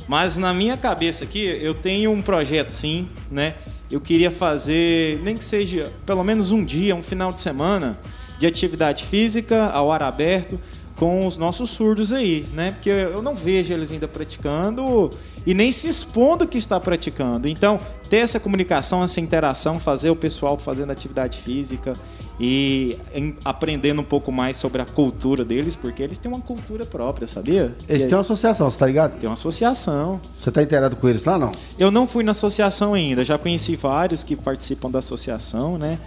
S5: Mas na minha cabeça aqui, eu tenho um projeto sim, né? Eu queria fazer, nem que seja pelo menos um dia, um final de semana, de atividade física ao ar aberto, com os nossos surdos aí, né? Porque eu não vejo eles ainda praticando e nem se expondo que está praticando. Então, ter essa comunicação, essa interação, fazer o pessoal fazendo atividade física e em- aprendendo um pouco mais sobre a cultura deles, porque eles têm uma cultura própria, sabia?
S3: Eles têm uma associação, você tá ligado?
S5: Tem uma associação.
S3: Você tá inteirado com eles lá, não?
S5: Eu não fui na associação ainda, já conheci vários que participam da associação, né?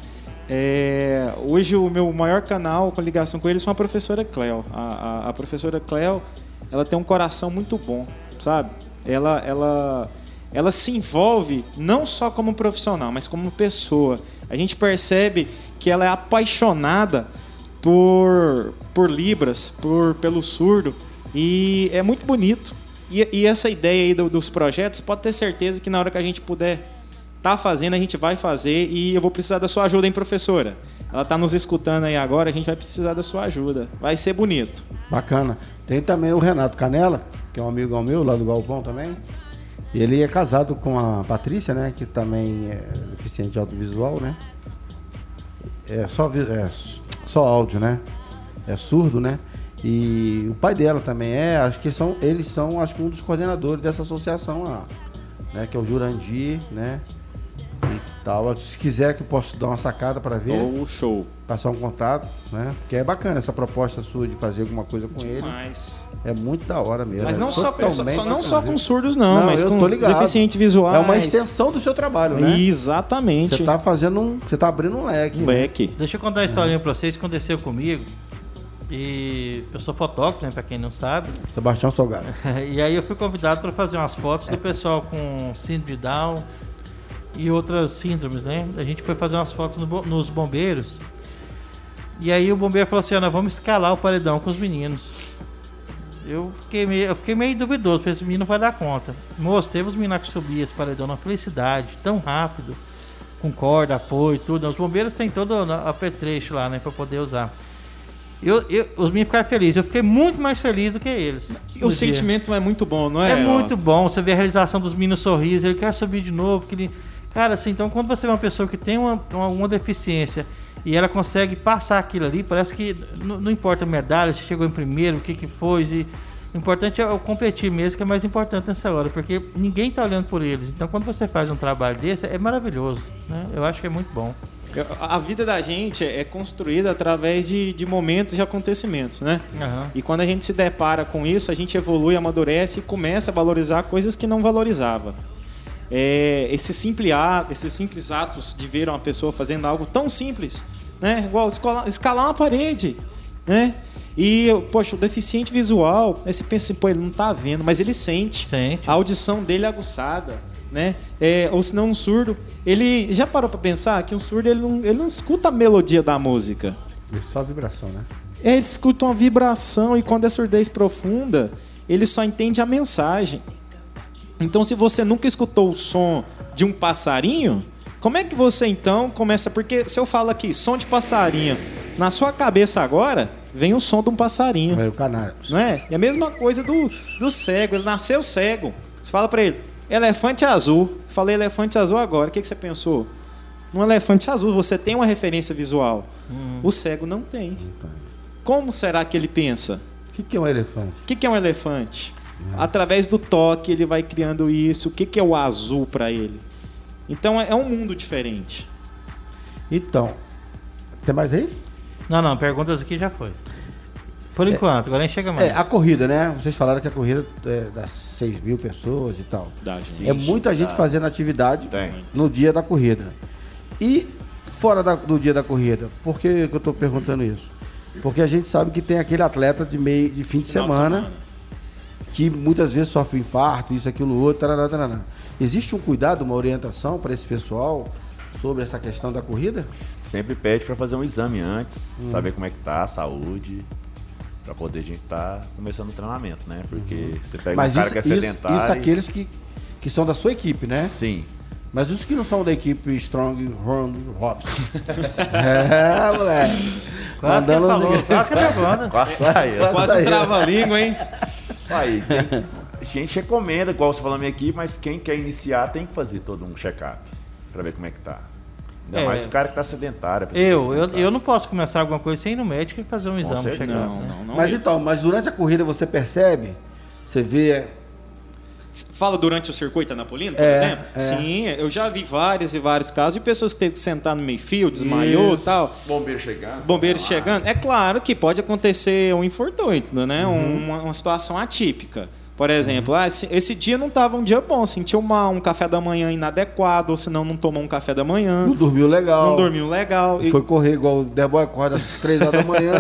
S5: É, hoje o meu maior canal com ligação com eles foi a professora Cleo. A, a- a professora Cleo, ela tem um coração muito bom, sabe? Ela, ela, ela se envolve não só como profissional, mas como pessoa. A gente percebe que ela é apaixonada por, por Libras, por, pelo surdo, e é muito bonito. E, e essa ideia aí do- dos projetos, pode ter certeza que na hora que a gente puder tá fazendo, a gente vai fazer e eu vou precisar da sua ajuda, hein, professora? Ela tá nos escutando aí agora, a gente vai precisar da sua ajuda. Vai ser bonito.
S3: Bacana. Tem também o Renato Canela, que é um amigão meu lá do Galpão também. E ele é casado com a Patrícia, né? Que também é deficiente audiovisual, né? É só, vi- é s- só áudio, né? É surdo, né? E o pai dela também é, acho que são, eles são, acho que um dos coordenadores dessa associação lá, né? Que é o Jurandir, né? E tal. Se quiser que eu posso dar uma sacada para ver
S5: Ou show.
S3: passar um contato, né? Porque é bacana essa proposta sua de fazer alguma coisa com ele.
S5: Mas,
S3: É muito da hora mesmo.
S5: mas não,
S3: É
S5: só, com- só,
S3: totalmente
S5: só- não só com
S3: bacana.
S5: surdos, não,
S3: Não,
S5: mas
S3: eu
S5: com
S3: tô
S5: os
S3: ligado.
S5: deficientes visuais.
S3: É uma extensão do seu trabalho, né?
S5: Exatamente.
S3: Você tá fazendo um. Você tá abrindo um leque. né?
S5: Leque.
S2: Deixa eu contar uma historinha pra vocês que aconteceu comigo. E eu sou fotógrafo, né? Pra quem não sabe.
S3: Sebastião Salgado.
S2: E aí eu fui convidado para fazer umas fotos do pessoal com síndrome de Down e outras síndromes, né? A gente foi fazer umas fotos no bo- nos bombeiros. E aí o bombeiro falou assim, ó, nós vamos escalar o paredão com os meninos. Eu fiquei meio, eu fiquei meio duvidoso, falei, esse menino não vai dar conta. Moço, teve os meninos que subiam esse paredão na felicidade, tão rápido, com corda, apoio, tudo. Os bombeiros têm todo o apetrecho lá, né, para poder usar. Eu, eu- os meninos ficaram felizes, eu fiquei muito mais feliz do que eles.
S5: O
S2: no dia.
S5: sentimento é muito bom, não é?
S2: É muito
S5: Otto?
S2: bom, você vê a realização dos meninos sorrisos, ele quer subir de novo. Que ele... Cara, assim, então quando você é uma pessoa que tem uma, uma, uma deficiência e ela consegue passar aquilo ali, parece que n- não importa a medalha, se chegou em primeiro, o que, que foi. se- O importante é o competir mesmo, que é mais importante nessa hora, porque ninguém tá olhando por eles. Então quando você faz um trabalho desse, é maravilhoso. Né? Eu acho que é muito bom.
S5: Eu- A vida da gente é construída através de, de momentos e acontecimentos, né?
S2: Aham.
S5: E quando a gente se depara com isso, a gente evolui, amadurece e começa a valorizar coisas que não valorizava. É, esse simples a- esses simples atos de ver uma pessoa fazendo algo tão simples, né? Igual escola- escalar uma parede, né? E, poxa, o deficiente visual, aí você pensa, assim, pô, ele não tá vendo, mas ele sente
S2: Sente.
S5: a audição dele é aguçada, né? É, ou se não um surdo, ele já parou pra pensar que um surdo ele não, ele não escuta a melodia da música.
S3: Só vibração, né?
S5: É, ele escuta uma vibração e quando é surdez profunda, ele só entende a mensagem. Então, se você nunca escutou o som de um passarinho, como é que você então começa? Porque se eu falo aqui som de passarinho, na sua cabeça agora vem o som de um passarinho
S3: Aí o canário.
S5: não é? É a mesma coisa do, do cego, ele nasceu cego. Você fala pra ele, elefante azul. Falei elefante azul agora, o que, que você pensou? Um elefante azul, você tem uma referência visual. O cego não tem. Como será que ele pensa?
S3: O que, que é um elefante?
S5: O que, que é um elefante? Através do toque ele vai criando isso. O que, que é o azul pra ele? Então é é um mundo diferente.
S3: Então. Tem mais aí?
S2: Não, não, perguntas aqui já foi. Por enquanto, agora nem chega mais.
S3: É, a corrida, né? Vocês falaram que a corrida é das 6 mil pessoas e tal.
S5: Dá, gente.
S3: É muita gente fazendo atividade
S4: Tem.
S3: no dia da corrida. E fora da- do dia da corrida, por que, que eu tô perguntando isso? Porque a gente sabe que tem aquele atleta de meio de fim de
S5: Final de
S3: semana,
S5: semana.
S3: que muitas vezes sofre infarto, isso, aquilo, outro, tarará, tarará. Existe um cuidado, uma orientação para esse pessoal sobre essa questão da corrida?
S4: Sempre pede pra fazer um exame antes, saber como é que tá a saúde, pra poder a gente tá começando o treinamento, né? Porque você pega um cara que é
S3: isso,
S4: sedentário.
S3: isso aqueles que, que são da sua equipe, né?
S4: Sim.
S3: Mas os que não são da equipe Strong Ron Robson. é, moleque.
S2: Quase que ele
S3: Mandando
S2: falou,
S3: os-
S2: quase que ele agora.
S4: Quase aí.
S5: Quase um trava-língua, hein?
S4: aí tem- a gente recomenda, igual você falou na minha equipe, mas quem quer iniciar tem que fazer todo um check-up pra ver como é que tá. Ainda
S2: É.
S4: mais o cara que tá sedentário. a pessoa que tá
S2: Eu, eu,
S4: sedentária.
S2: eu não posso começar alguma coisa sem ir no médico e fazer um exame.
S4: certeza.
S2: chegar,
S5: Não,
S2: né?
S5: não, é não.
S3: Mas
S5: mesmo.
S3: então, mas durante a corrida você percebe, você vê.
S5: Fala durante o circuito anapolino, por
S3: É,
S5: exemplo?
S3: é.
S5: Sim, eu já vi vários e vários casos de pessoas que teve que sentar no meio-fio, desmaiou e
S3: Isso.
S5: tal.
S4: Bombeiro chegando. tá
S5: Bombeiro chegando. É claro que pode acontecer um infortúnio, né?
S3: Uhum.
S5: Uma, uma situação atípica. Por exemplo, ah, esse, esse dia não estava um dia bom, sentiu uma, um café da manhã inadequado, ou se não, não tomou um café da manhã,
S3: Não
S5: não,
S3: dormiu legal.
S5: dormiu legal. E-
S3: Foi correr igual o Deboy acorda às 3 horas da manhã,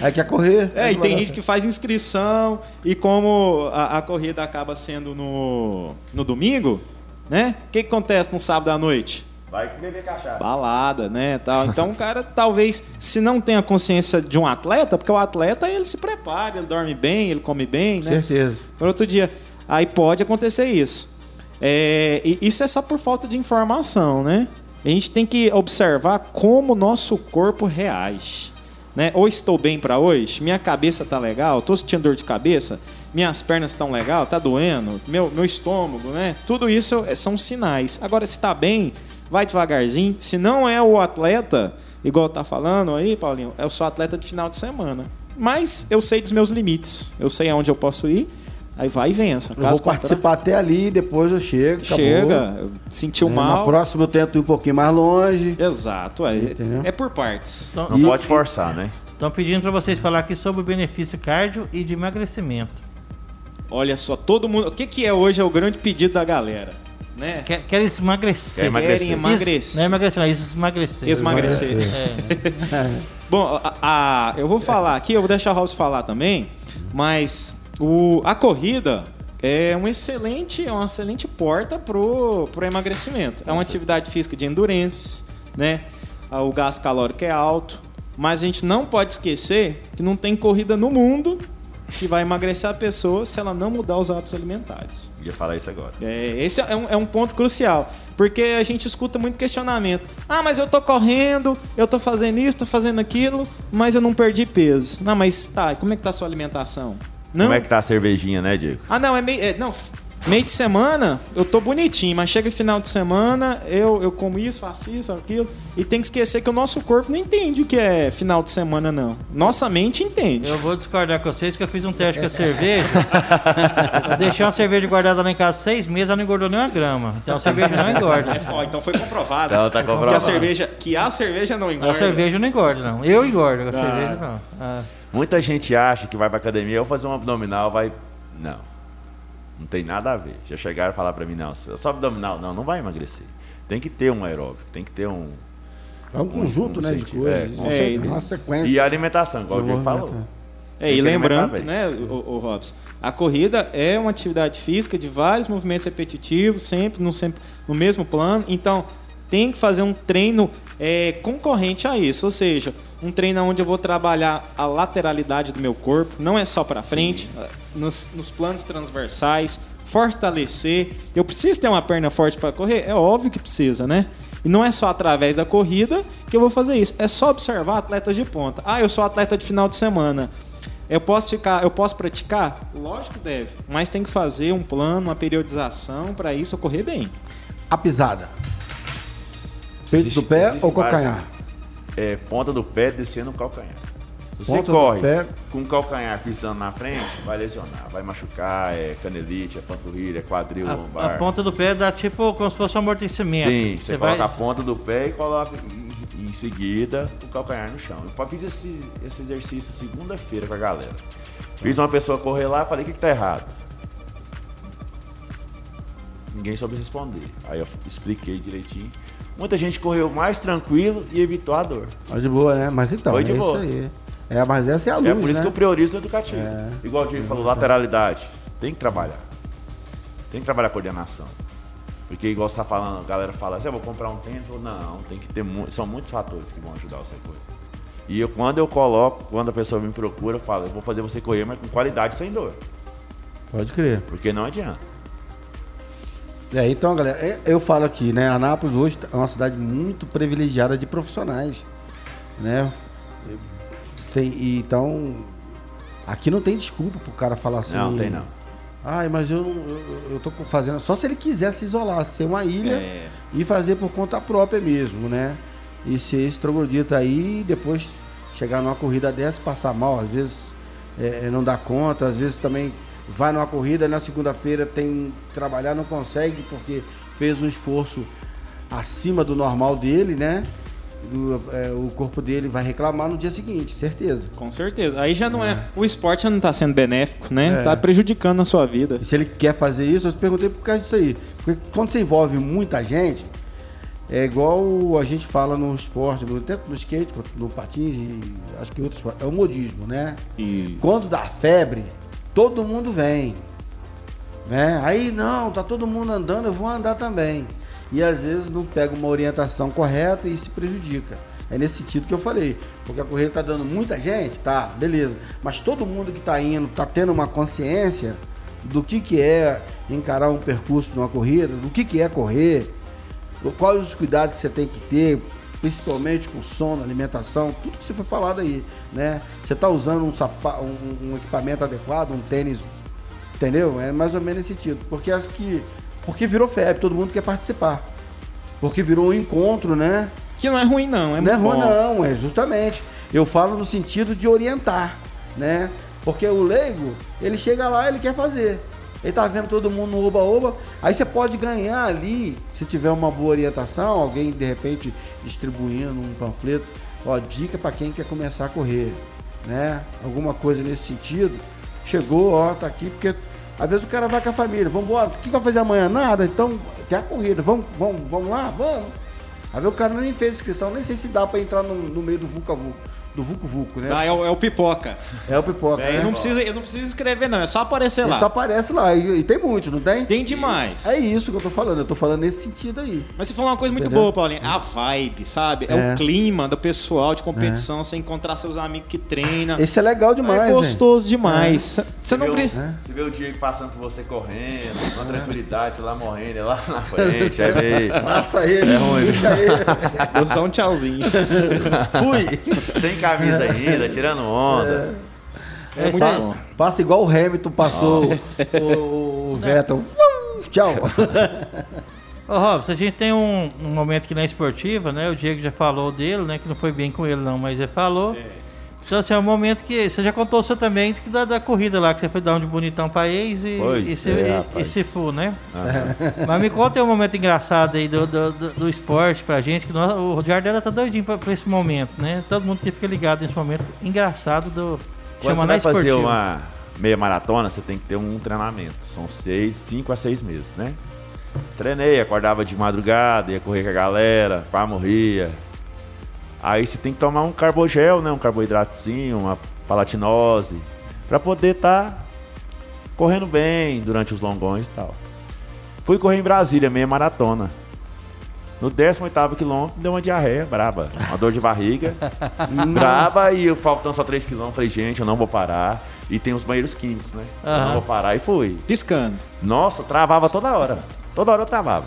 S3: aí quer correr.
S5: É, e tem gente que faz inscrição e como a, a corrida acaba sendo no, no domingo, né? O que, que acontece no sábado à noite?
S4: Vai beber cachaça.
S5: Balada, né, tal. Então o cara talvez se não tenha consciência de um atleta, porque o atleta ele se prepara, ele dorme bem, ele come bem, né?
S3: Certeza.
S5: Para outro dia, aí pode acontecer isso. É, e isso é só por falta de informação, né? A gente tem que observar como o nosso corpo reage. Né? Ou estou bem para hoje, minha cabeça tá legal, tô sentindo dor de cabeça, minhas pernas estão legal, tá doendo, meu, meu estômago, né? Tudo isso é- são sinais. Agora, se tá bem, vai devagarzinho. Se não é o atleta, igual tá falando aí, Paulinho, eu sou atleta de final de semana. Mas eu sei dos meus limites, eu sei aonde eu posso ir, aí vai e vença.
S3: Eu vou
S5: Caso contrário,
S3: participar até ali, depois eu chego. acabou.
S5: né? chega, sentiu
S3: É, Na
S5: mal.
S3: próxima eu tento ir um pouquinho mais longe.
S5: Exato, é,
S3: Entendeu?
S5: é por partes.
S4: Não
S3: E-
S4: pode forçar, né?
S2: Estão pedindo para vocês falar aqui sobre o benefício cardio e de emagrecimento.
S5: Olha só, todo mundo. O que, que é hoje é o grande pedido da galera, né?
S2: Quer, querem se emagrecer.
S4: Quer emagrecer.
S5: Querem
S2: Isso, Não é
S5: emagrecer.
S2: emagrecer, não, isso é emagrecer.
S5: Esmagrecer. Bom, a, a- eu vou falar aqui, eu vou deixar o House falar também, mas o, a corrida é um excelente, é uma excelente porta pro, pro emagrecimento. É uma atividade física de endurance, né? Ah, O gasto calórico é alto, mas a gente não pode esquecer que não tem corrida no mundo que vai emagrecer a pessoa se ela não mudar os hábitos alimentares.
S4: Ia falar isso agora.
S5: É, esse é um, é um ponto crucial, porque a gente escuta muito questionamento. Ah, mas eu tô correndo, eu tô fazendo isso, tô fazendo aquilo, mas eu não perdi peso. Não, mas tá, como é que tá a sua alimentação? Não?
S4: Como é que tá a cervejinha, né, Diego?
S5: Ah, não, é meio. é, não, meio de semana eu tô bonitinho, mas chega final de semana, eu, eu como isso, faço isso, aquilo. E tem que esquecer que o nosso corpo não entende o que é final de semana, não. Nossa mente entende.
S2: Eu vou discordar com vocês que eu fiz um teste com a cerveja. eu deixei uma cerveja guardada lá em casa seis meses, ela não engordou nem uma grama. Então a cerveja não engorda.
S5: Ó, então foi comprovado,
S4: Então tá
S5: que a
S4: comprovado.
S5: cerveja. Que a cerveja não engorda.
S2: A cerveja não engorda, não. Eu engordo, a cerveja não. Ah,
S4: Muita gente acha que vai pra academia, eu vou fazer um abdominal, vai. Não. Não tem nada a ver. Já chegaram a falar pra mim, não, só abdominal. Não, não vai emagrecer. Tem que ter um aeróbico, tem que ter um.
S3: É um conjunto,
S4: um
S3: né, de
S4: sentido.
S3: coisas.
S4: É,
S3: uma
S4: com
S3: se-
S5: certeza.
S3: uma sequência.
S4: E a alimentação, igual o
S3: Eu
S4: Diego
S3: vou
S4: falou.
S3: aumentar.
S5: É, e
S4: Tem que
S5: lembrando, né,
S4: alimentar
S5: o, o Robson, a corrida é uma atividade física de vários movimentos repetitivos, sempre no, sempre no mesmo plano. Então, tem que fazer um treino é, concorrente a isso, ou seja, um treino onde eu vou trabalhar a lateralidade do meu corpo, não é só para frente, nos, nos planos transversais, fortalecer. Eu preciso ter uma perna forte para correr? É óbvio que precisa, né? E não é só através da corrida que eu vou fazer isso, é só observar atletas de ponta. Ah, eu sou atleta de final de semana. Eu posso ficar, eu posso praticar? Lógico que deve, mas tem que fazer um plano, uma periodização para isso ocorrer bem.
S3: A pisada. Peito
S4: Existe-
S3: do pé
S4: existe
S3: ou
S4: várias-
S3: calcanhar?
S4: É, ponta do pé descendo o calcanhar. Você
S3: Ponta do
S4: corre
S3: pé.
S4: com o calcanhar pisando na frente, vai lesionar, vai machucar, é canelite, é panturrilha, é quadril,
S2: a,
S4: lombar.
S2: a ponta do pé dá tipo como se fosse um amortecimento.
S4: Sim, você,
S2: vai-
S4: coloca a ponta do pé e coloca. E em seguida, o calcanhar no chão. Eu fiz esse, esse exercício segunda-feira com a galera. Fiz uma pessoa correr lá, falei, o que, que tá errado? Ninguém soube responder. Aí eu expliquei direitinho. Muita gente correu mais tranquilo e evitou a dor.
S3: Ó, de boa, né? Mas então,
S4: Foi
S3: é
S4: de
S3: isso
S4: boa.
S3: aí. É, mas essa é a luz,
S4: é por isso
S3: né?
S4: que eu priorizo o educativo.
S3: É.
S4: Igual o Diego falou, lateralidade. Tem que trabalhar. Tem que trabalhar a coordenação. Porque igual você tá falando, a galera fala assim, eu vou comprar um tênis. Eu, não, tem que ter mu- São muitos fatores que vão ajudar você a correr. E eu, quando eu coloco, quando a pessoa me procura, eu falo, eu vou fazer você correr, mas com qualidade sem dor.
S3: Pode crer.
S4: Porque não adianta.
S3: É, então, galera, é- eu falo aqui, né? Anápolis hoje é uma cidade muito privilegiada de profissionais, né? Tem, e então, aqui não tem desculpa pro cara falar assim.
S4: Não, tem não.
S3: Ai, mas eu, não- eu, eu tô fazendo. Só se ele quiser se isolar, ser uma ilha e fazer por conta própria mesmo, né? E ser esse troglodita aí e depois chegar numa corrida dessa e passar mal, às vezes é, é, não dá conta, às vezes também vai numa corrida, na segunda-feira tem que trabalhar, não consegue porque fez um esforço acima do normal dele, né? Do- é, o corpo dele vai reclamar no dia seguinte, certeza.
S5: Com certeza. Aí já não é. O esporte já não tá sendo benéfico, né?
S3: É.
S5: Tá prejudicando a sua vida.
S3: E se ele quer fazer isso, eu te perguntei por causa disso aí. Porque quando você envolve muita gente, é igual a gente fala no esporte, no, tanto no skate, quanto no patins e acho que outros esportes, é o modismo, né?
S5: E
S3: Quando dá febre, todo mundo vem. Né? Aí não, tá todo mundo andando, eu vou andar também. E às vezes não pega uma orientação correta e se prejudica. É nesse sentido que eu falei. Porque a corrida tá dando muita gente, tá, beleza. Mas todo mundo que tá indo, tá tendo uma consciência do que, que é encarar um percurso de uma corrida, do que, que é correr, quais os cuidados que você tem que ter, principalmente com sono, alimentação, tudo que você foi falado aí, né? Você tá usando um, sapa- um- um equipamento adequado, um tênis, entendeu? É mais ou menos esse sentido. Porque acho que. Porque virou febre, todo mundo quer participar. Porque virou um encontro, né?
S5: que não é ruim, não. É
S3: não é
S5: muito
S3: ruim,
S5: bom.
S3: não, é justamente. Eu falo no sentido de orientar, né? Porque o leigo, ele chega lá, ele quer fazer. Ele tá vendo todo mundo no oba-oba. Aí você pode ganhar ali, se tiver uma boa orientação, alguém de repente distribuindo um panfleto, ó, dica para quem quer começar a correr, né? Alguma coisa nesse sentido. Chegou, ó, tá aqui, porque às vezes o cara vai com a família, vambora, o que vai fazer amanhã? Nada, então tem a corrida, vamos, vamos, vamos lá, vamos. Aí o cara nem fez inscrição, nem sei se dá pra entrar no, no meio do Vulca Vulco, do Vulco Vulco, né?
S5: Tá, é o, é o pipoca.
S3: É o pipoca,
S5: É,
S3: né?
S5: eu, não preciso, eu não preciso escrever, não. É só aparecer
S3: Ele
S5: lá.
S3: só aparece lá, e, e tem muito, não tem?
S5: Tem demais.
S3: É isso que eu tô falando, eu tô falando nesse sentido aí.
S5: Mas você falou uma coisa muito
S3: Entendeu?
S5: boa, Paulinho. A vibe, sabe? É,
S3: É.
S5: o clima do pessoal de competição, você encontrar seus amigos que treinam.
S3: Esse é legal demais, É.
S5: é
S3: hein?
S5: gostoso demais. Você não
S4: Viu?
S5: precisa.
S4: Você vê o Diego passando por você correndo,
S3: É.
S4: com tranquilidade, você lá morrendo, ele lá na frente, aí veio.
S3: Passa
S5: É
S3: ele, deixa ele.
S5: Eu só um tchauzinho.
S3: Fui.
S4: Sem camisa ainda, tirando onda.
S2: É,
S5: muito
S2: isso aí.
S5: bom.
S3: Passa igual o Hamilton passou o, o, o Vettel. Vum, Tchau.
S2: Ô, Robson, a gente tem um, um momento aqui na esportiva, né? O Diego já falou dele, né? Que não foi bem com ele, não, mas ele falou. Então, assim, é um momento que. Você já contou o seu também que da, da corrida lá, que você foi dar um de bonitão pra ex e,
S4: Pois
S2: e, se,
S4: é,
S2: e-
S4: rapaz.
S2: e se fu, né? Mas me conta aí um momento engraçado aí do, do, do, do esporte pra gente, que nós- o Jardela tá doidinho pra, pra esse momento, né? Todo mundo que fica ligado nesse momento engraçado do. chama
S4: Quando você
S2: na
S4: vai fazer
S2: esportiva.
S4: uma meia maratona, você tem que ter um treinamento. São seis, cinco a seis meses, né? Treinei, acordava de madrugada, ia correr com a galera, pá, morria. Aí você tem que tomar um carbogel, né? Um carboidratozinho, uma palatinose, pra poder tá estar correndo bem durante os longões e tal. Fui correr em Brasília, meia maratona. No 18 quilômetro, deu uma diarreia braba, uma dor de barriga braba e eu faltando só 3 quilômetros. Falei, gente, eu não vou parar. E tem os banheiros químicos, né? Eu
S2: Aham.
S4: não vou parar. E fui.
S5: Piscando.
S4: Nossa, travava toda hora. Toda hora eu travava.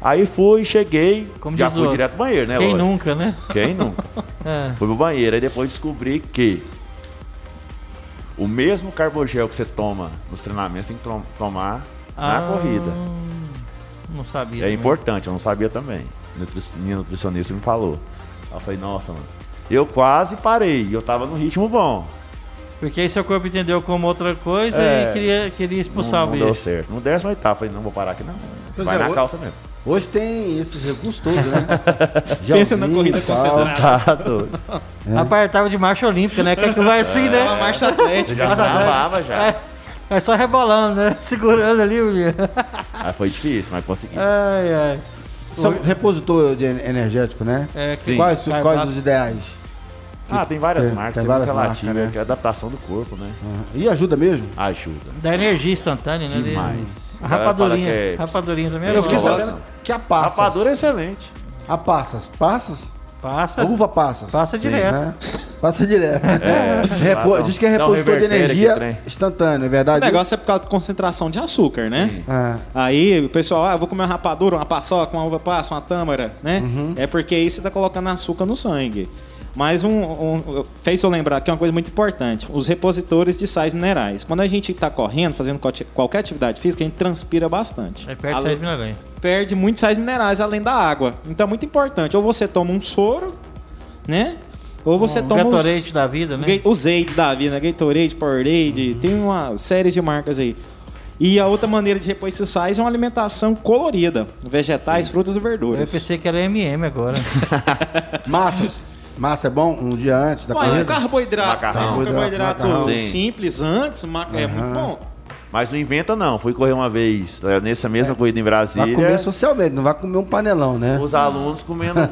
S4: Aí fui, cheguei,
S2: Como
S4: já
S2: diz o
S4: fui
S2: outro.
S4: direto pro banheiro, né?
S2: Quem
S4: lógico.
S2: nunca, né?
S4: Quem nunca?
S2: É.
S4: Fui pro banheiro, aí depois descobri que o mesmo carbogel que você toma nos treinamentos tem que tom- tomar na
S2: Ah,
S4: corrida.
S2: Não sabia.
S4: É
S2: também.
S4: importante, eu não sabia também. Nutri- Minha nutricionista me falou. Aí eu falei, nossa, mano. Eu quase parei, eu tava num ritmo bom.
S2: Porque aí seu corpo entendeu como outra coisa
S4: É.
S2: e queria, queria
S4: Não,
S2: expulsar
S4: não
S2: o
S4: deu
S2: bicho.
S4: certo. No décimo oitavo, falei, não vou parar aqui não.
S3: Pois
S4: Vai
S3: é,
S4: na
S3: o-
S4: calça mesmo.
S3: Hoje tem esses recursos todos, né?
S5: Pensa na
S3: Gelzinho
S5: corrida
S3: e tal.
S5: concentrada.
S4: Tá doido.
S2: Apartava de marcha olímpica, né? Que é que vai assim, né?
S5: Uma marcha atlética.
S4: Já travava já.
S2: É, é só rebolando, né? Segurando ali o dia.
S4: Aí foi difícil, mas consegui.
S2: Ai, ai.
S3: São repositor de en- energético, né?
S2: É, que
S4: Sim.
S3: Quais,
S2: Vai,
S3: quais
S2: vai.
S3: os ideais?
S4: Ah, tem várias
S3: Tem-
S4: marcas,
S3: tem
S4: tem,
S3: várias
S4: muita
S3: marcas,
S4: latinha,
S3: né?
S4: que é adaptação do corpo, né?
S3: E ajuda mesmo?
S4: Ajuda.
S2: dá energia instantânea, né?
S4: Demais.
S2: A
S4: A galera fala
S2: rapadurinha.
S4: que é-
S2: Rapadurinha também é
S4: Eu
S2: bom.
S4: fiquei
S3: sabendo
S4: Nossa.
S3: que a passas.
S4: Rapadura é excelente.
S3: A passas. Passas? A
S2: Passa,
S3: uva passas.
S2: É. passa direto. É.
S3: Né? Passa direto. Repo-
S4: lá dá um-
S3: Diz que é
S4: dá um
S3: repositor de
S4: revertério aqui,
S3: energia
S4: trem.
S3: instantânea, é verdade?
S5: O negócio é por causa da concentração de açúcar, né?
S3: Ah,
S5: Aí o pessoal, ah, eu vou comer uma rapadura, uma paçoca, uma uva passa, uma tâmara, né? É porque aí você tá colocando açúcar no sangue. Mas um, um- fez eu lembrar que é uma coisa muito importante: os repositores de sais minerais. Quando a gente tá correndo, fazendo qualti- qualquer atividade física, a gente transpira bastante.
S2: Aí É, perde
S5: Ale-
S2: 6 minerais.
S5: perde muitos sais minerais além da água. Então é muito importante. Ou você toma um soro, né? Ou você
S2: Um
S5: toma os-
S2: Gatorade da vida, né?
S5: Ga- Os AIDS da vida, né? Gatorade, Powerade, tem uma série de marcas aí. E a outra maneira de repor esses sais é uma alimentação colorida, vegetais, frutas e
S2: Eu
S5: verduras.
S2: pensei que era MM agora.
S3: Massas. Massa é bom um dia antes da
S5: Bom,
S3: corrida?
S5: é um carboidrato,
S4: Macarrão.
S5: um carboidrato
S3: Macarrão.
S4: Sim.
S5: simples antes, ma- é muito bom.
S4: Mas não inventa, não. Fui correr uma vez eh, nessa
S2: É.
S4: mesma corrida em
S3: Vai
S4: Brasília.
S3: comer socialmente, não vai comer um panelão, né?
S4: Os alunos comendo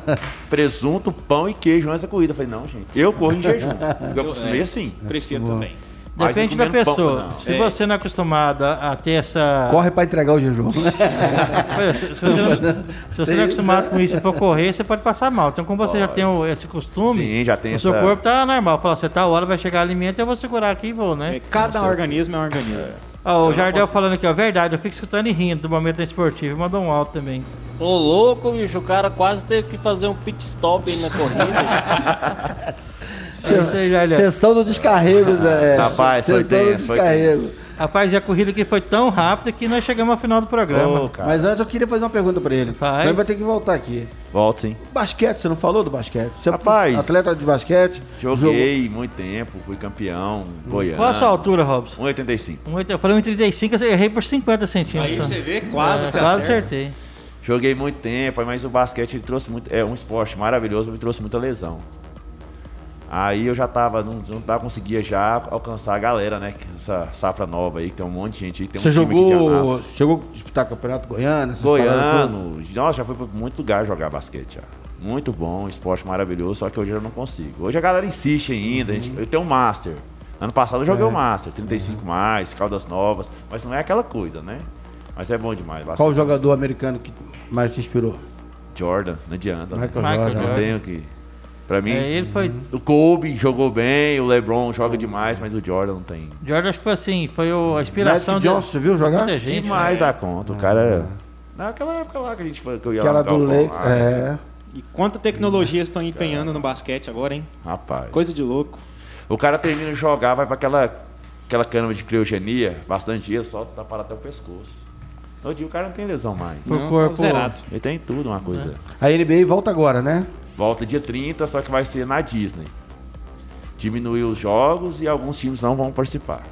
S4: presunto, pão e queijo antes da corrida. Eu falei, não, gente, eu corro em jejum. Eu acostumei assim.
S5: Prefiro também.
S4: Mas
S2: É. Depende
S4: não
S2: da
S4: comendo pão,
S2: pessoa.
S4: não.
S2: Se você não é acostumado a a ter essa.
S3: Corre pra entregar o jejum.
S2: Se, se você, não- se você não é
S3: Tem isso,
S2: acostumado
S3: né?
S2: com isso e for correr, você pode passar mal. Então, como você já tem o- esse costume,
S4: Sim, já tem
S2: o seu
S4: essa-
S2: corpo tá normal. Fala, você tá hora, vai chegar alimento, eu vou segurar aqui e vou, né?
S5: É, cada organismo é um organismo.
S2: Ó, o Jardel falando aqui, ó, verdade, eu fico escutando e rindo do momento esportivo. Mandou um alto também.
S6: Ô louco, bicho, o cara quase teve que fazer um pit stop aí na corrida.
S2: É isso aí, Jardel.
S3: Sessão do descarrego, Zé.
S4: Rapaz,
S3: Sessão
S4: foi
S3: do
S4: tenso, foi
S3: descarrego.
S2: Rapaz, e a corrida aqui foi tão rápida que nós chegamos ao final do programa.
S4: Ô, cara.
S3: Mas antes eu queria fazer uma pergunta pra ele.
S2: Faz.
S3: Então ele vai ter que voltar aqui.
S4: Volto, sim.
S3: Basquete, você não falou do basquete? Você é
S4: Rapaz.
S3: atleta de basquete?
S4: Joguei muito tempo, fui campeão, goiano.
S2: Qual a
S3: ah.
S2: sua altura, Robson?
S4: 1,85.
S2: Um oito- Eu falei 1,35, eu errei por 50
S5: Aí
S2: centímetros.
S5: você vê, quase
S2: É,
S5: que
S2: quase
S5: acerta.
S2: acertei.
S4: Joguei muito tempo, mas o basquete ele trouxe muito. É um esporte maravilhoso, me trouxe muita lesão. Aí eu já tava, não, não tava conseguia já alcançar a galera, né? que Essa safra nova aí, que tem um monte de gente aí, tem
S3: Você
S4: um time aqui de
S3: jogou.
S4: Anápolis.
S3: Chegou a disputar campeonato goiano? essas paradas todas?
S4: Goiano, nossa, já fui pra muito lugar jogar basquete já. Muito bom, esporte maravilhoso, só que hoje eu não consigo. Hoje a galera insiste ainda, a
S3: Uhum.
S4: gente- eu tenho um Master. Ano passado eu
S3: É.
S4: joguei o Master, 35 mais, Caldas Novas, mas não é aquela coisa, né? Mas é bom demais.
S3: Qual o
S4: basquete.
S3: jogador americano que mais te inspirou?
S4: Jordan, não adianta. né?
S3: Michael,
S2: Michael
S3: Jordan.
S4: Não
S2: Jordan.
S4: tenho que. Pra mim,
S2: É, ele foi.
S3: Uhum.
S4: o Kobe jogou bem, o LeBron joga demais, mas o Jordan não tem.
S2: Jordan acho que foi assim, foi o- a inspiração
S3: Magic
S2: de
S3: Johnson, você viu jogar?
S2: muita gente.
S4: demais
S2: né?
S4: da conta. O cara. é Naquela época lá que a gente foi. Que eu ia
S3: Aquela
S4: lá no
S3: do
S4: Galvão
S3: Lakers.
S4: lá,
S3: É.
S5: E quanta tecnologia estão empenhando no basquete agora, hein?
S4: Rapaz.
S5: Coisa de louco.
S4: O cara termina de jogar, vai pra aquela, aquela cama de criogenia, bastante dias, só tá parado até o pescoço. No outro dia o cara não tem lesão mais.
S2: Pro
S5: Não,
S2: corpo.
S5: Zerado.
S4: Ele tem tudo, uma coisa.
S3: A NBA volta agora, né?
S2: É.
S4: Volta dia 30, só que vai ser na Disney. Diminuiu os jogos e alguns times não vão participar.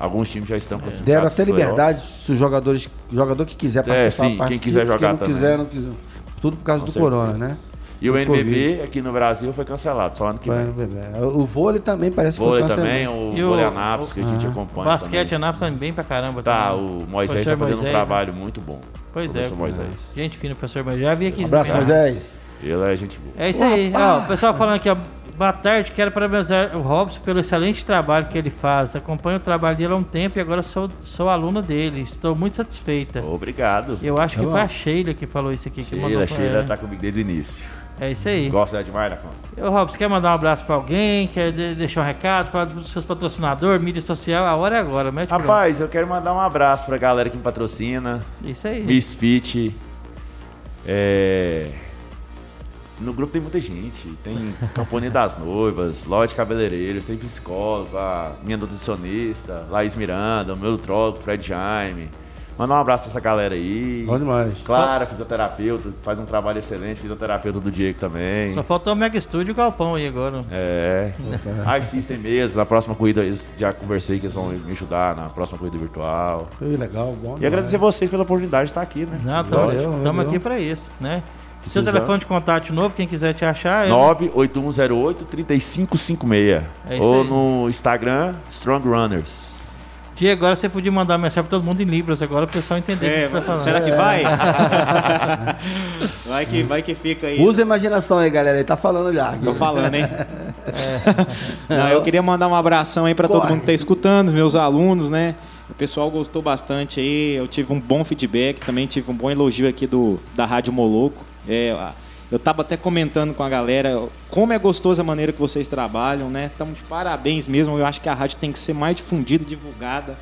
S4: Alguns times já
S2: É.
S4: estão classificados.
S3: Deram até
S4: pro playoff.
S3: liberdade se os jogadores, jogador que quiser participar,
S4: É, sim, quem
S3: participe,
S4: quiser jogar
S3: não
S4: também.
S3: quiser, não quiser. Tudo por causa
S4: Com
S3: do
S4: certeza.
S3: corona, né?
S4: E o
S3: Do
S4: NBB
S3: Covid.
S4: aqui no Brasil foi cancelado, só ano que
S3: Vai
S4: vem.
S3: no bebê. O vôlei também parece que
S4: Vôlei
S3: foi
S4: também,
S3: cancelado.
S4: o
S2: E o-
S4: vôlei Anápolis, que a gente acompanha
S2: Basquete,
S4: também.
S2: Anápolis tá indo bem pra caramba.
S4: Tá,
S2: também.
S4: o Moisés
S2: Professor
S4: está fazendo
S2: Moisés, né?
S4: um trabalho muito bom.
S2: Pois é,
S4: professor
S2: pois
S4: Moisés. Um
S2: Gente fina, professor Moisés. Já vi aqui.
S3: Abraço,
S2: também.
S3: Moisés.
S4: Ele é gente boa.
S2: É isso aí. Ó, o pessoal falando aqui, ó. Boa tarde, quero parabenizar o Robson pelo excelente trabalho que ele faz. Acompanho o trabalho dele há um tempo e agora sou, sou aluna dele. Estou muito satisfeita.
S4: Obrigado.
S2: Eu acho que foi a Sheila que falou isso aqui. Que
S4: Sheila,
S2: mandou pra
S4: Sheila
S2: ela.
S4: tá comigo desde o início.
S2: É isso aí.
S4: Gosta dela demais da conta.
S2: Ô, Robson, quer mandar um abraço pra alguém? Quer de- deixar um recado? Falar dos seus patrocinadores, mídia social? A hora é agora, mete bronca.
S4: Rapaz, eu quero mandar um abraço pra galera que me patrocina.
S2: Isso aí.
S4: Miss Fit. É... No grupo tem muita gente. Tem Camponê das Noivas, Lorde Cabeleireiros, tem psicólogo, a minha nutricionista, Laís Miranda, o meu trólogo, Fred Jaime, Mandar um abraço pra essa galera aí.
S3: Bom demais.
S4: Clara, fisioterapeuta, faz um trabalho excelente, fisioterapeuta do Diego também.
S2: Só faltou o Mega Studio e o Galpão aí agora.
S4: É. Assistem mesmo, na próxima corrida eles já conversei que eles vão me ajudar na próxima corrida virtual.
S3: Foi legal, bom.
S4: E agradecer vocês pela oportunidade de estar aqui, né?
S2: Não,
S3: Valeu, valeu.
S2: estamos aqui para isso, né? Seu
S4: Precisando.
S2: telefone de contato novo, quem quiser te achar, é
S4: 98108-3556.
S2: É isso
S4: Ou
S2: aí.
S4: no Instagram, Strong Runners.
S2: Diego, agora você podia mandar mensagem pra todo mundo em Libras agora, o pessoal entender o que
S5: É,
S2: você tá falando.
S5: será que vai? vai, que, vai que fica aí.
S3: Usa a imaginação aí, galera. Ele tá falando já.
S5: Tô falando, hein? Não, eu queria mandar um abração aí pra todo mundo que tá escutando, os meus alunos, né? O pessoal gostou bastante aí, eu tive um bom feedback, também tive um bom elogio aqui do, da Rádio Moloco. É, a- eu tava até comentando com a galera como é gostosa a maneira que vocês trabalham, né? Estamos de parabéns mesmo, eu acho que a rádio tem que ser mais difundida e divulgada.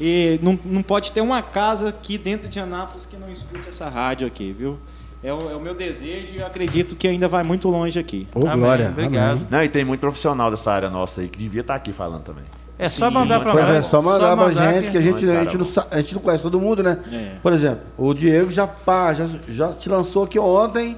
S5: E não, não pode ter uma casa aqui dentro de Anápolis que não escute essa rádio aqui, viu? É o, é o meu desejo e eu acredito que ainda vai muito longe aqui.
S3: Ô,
S2: Amém,
S3: Glória.
S2: obrigado.
S3: amém.
S4: Não, e tem muito profissional dessa área nossa aí que devia estar aqui falando também.
S2: É só
S5: Sim,
S2: mandar pra
S5: mas
S2: nós.
S3: É só mandar pra gente, que a gente,
S4: Ai,
S3: a, gente não, sa- a gente não conhece todo mundo, né?
S5: É.
S3: Por exemplo, o Diego já, pá, já, já te lançou aqui ontem.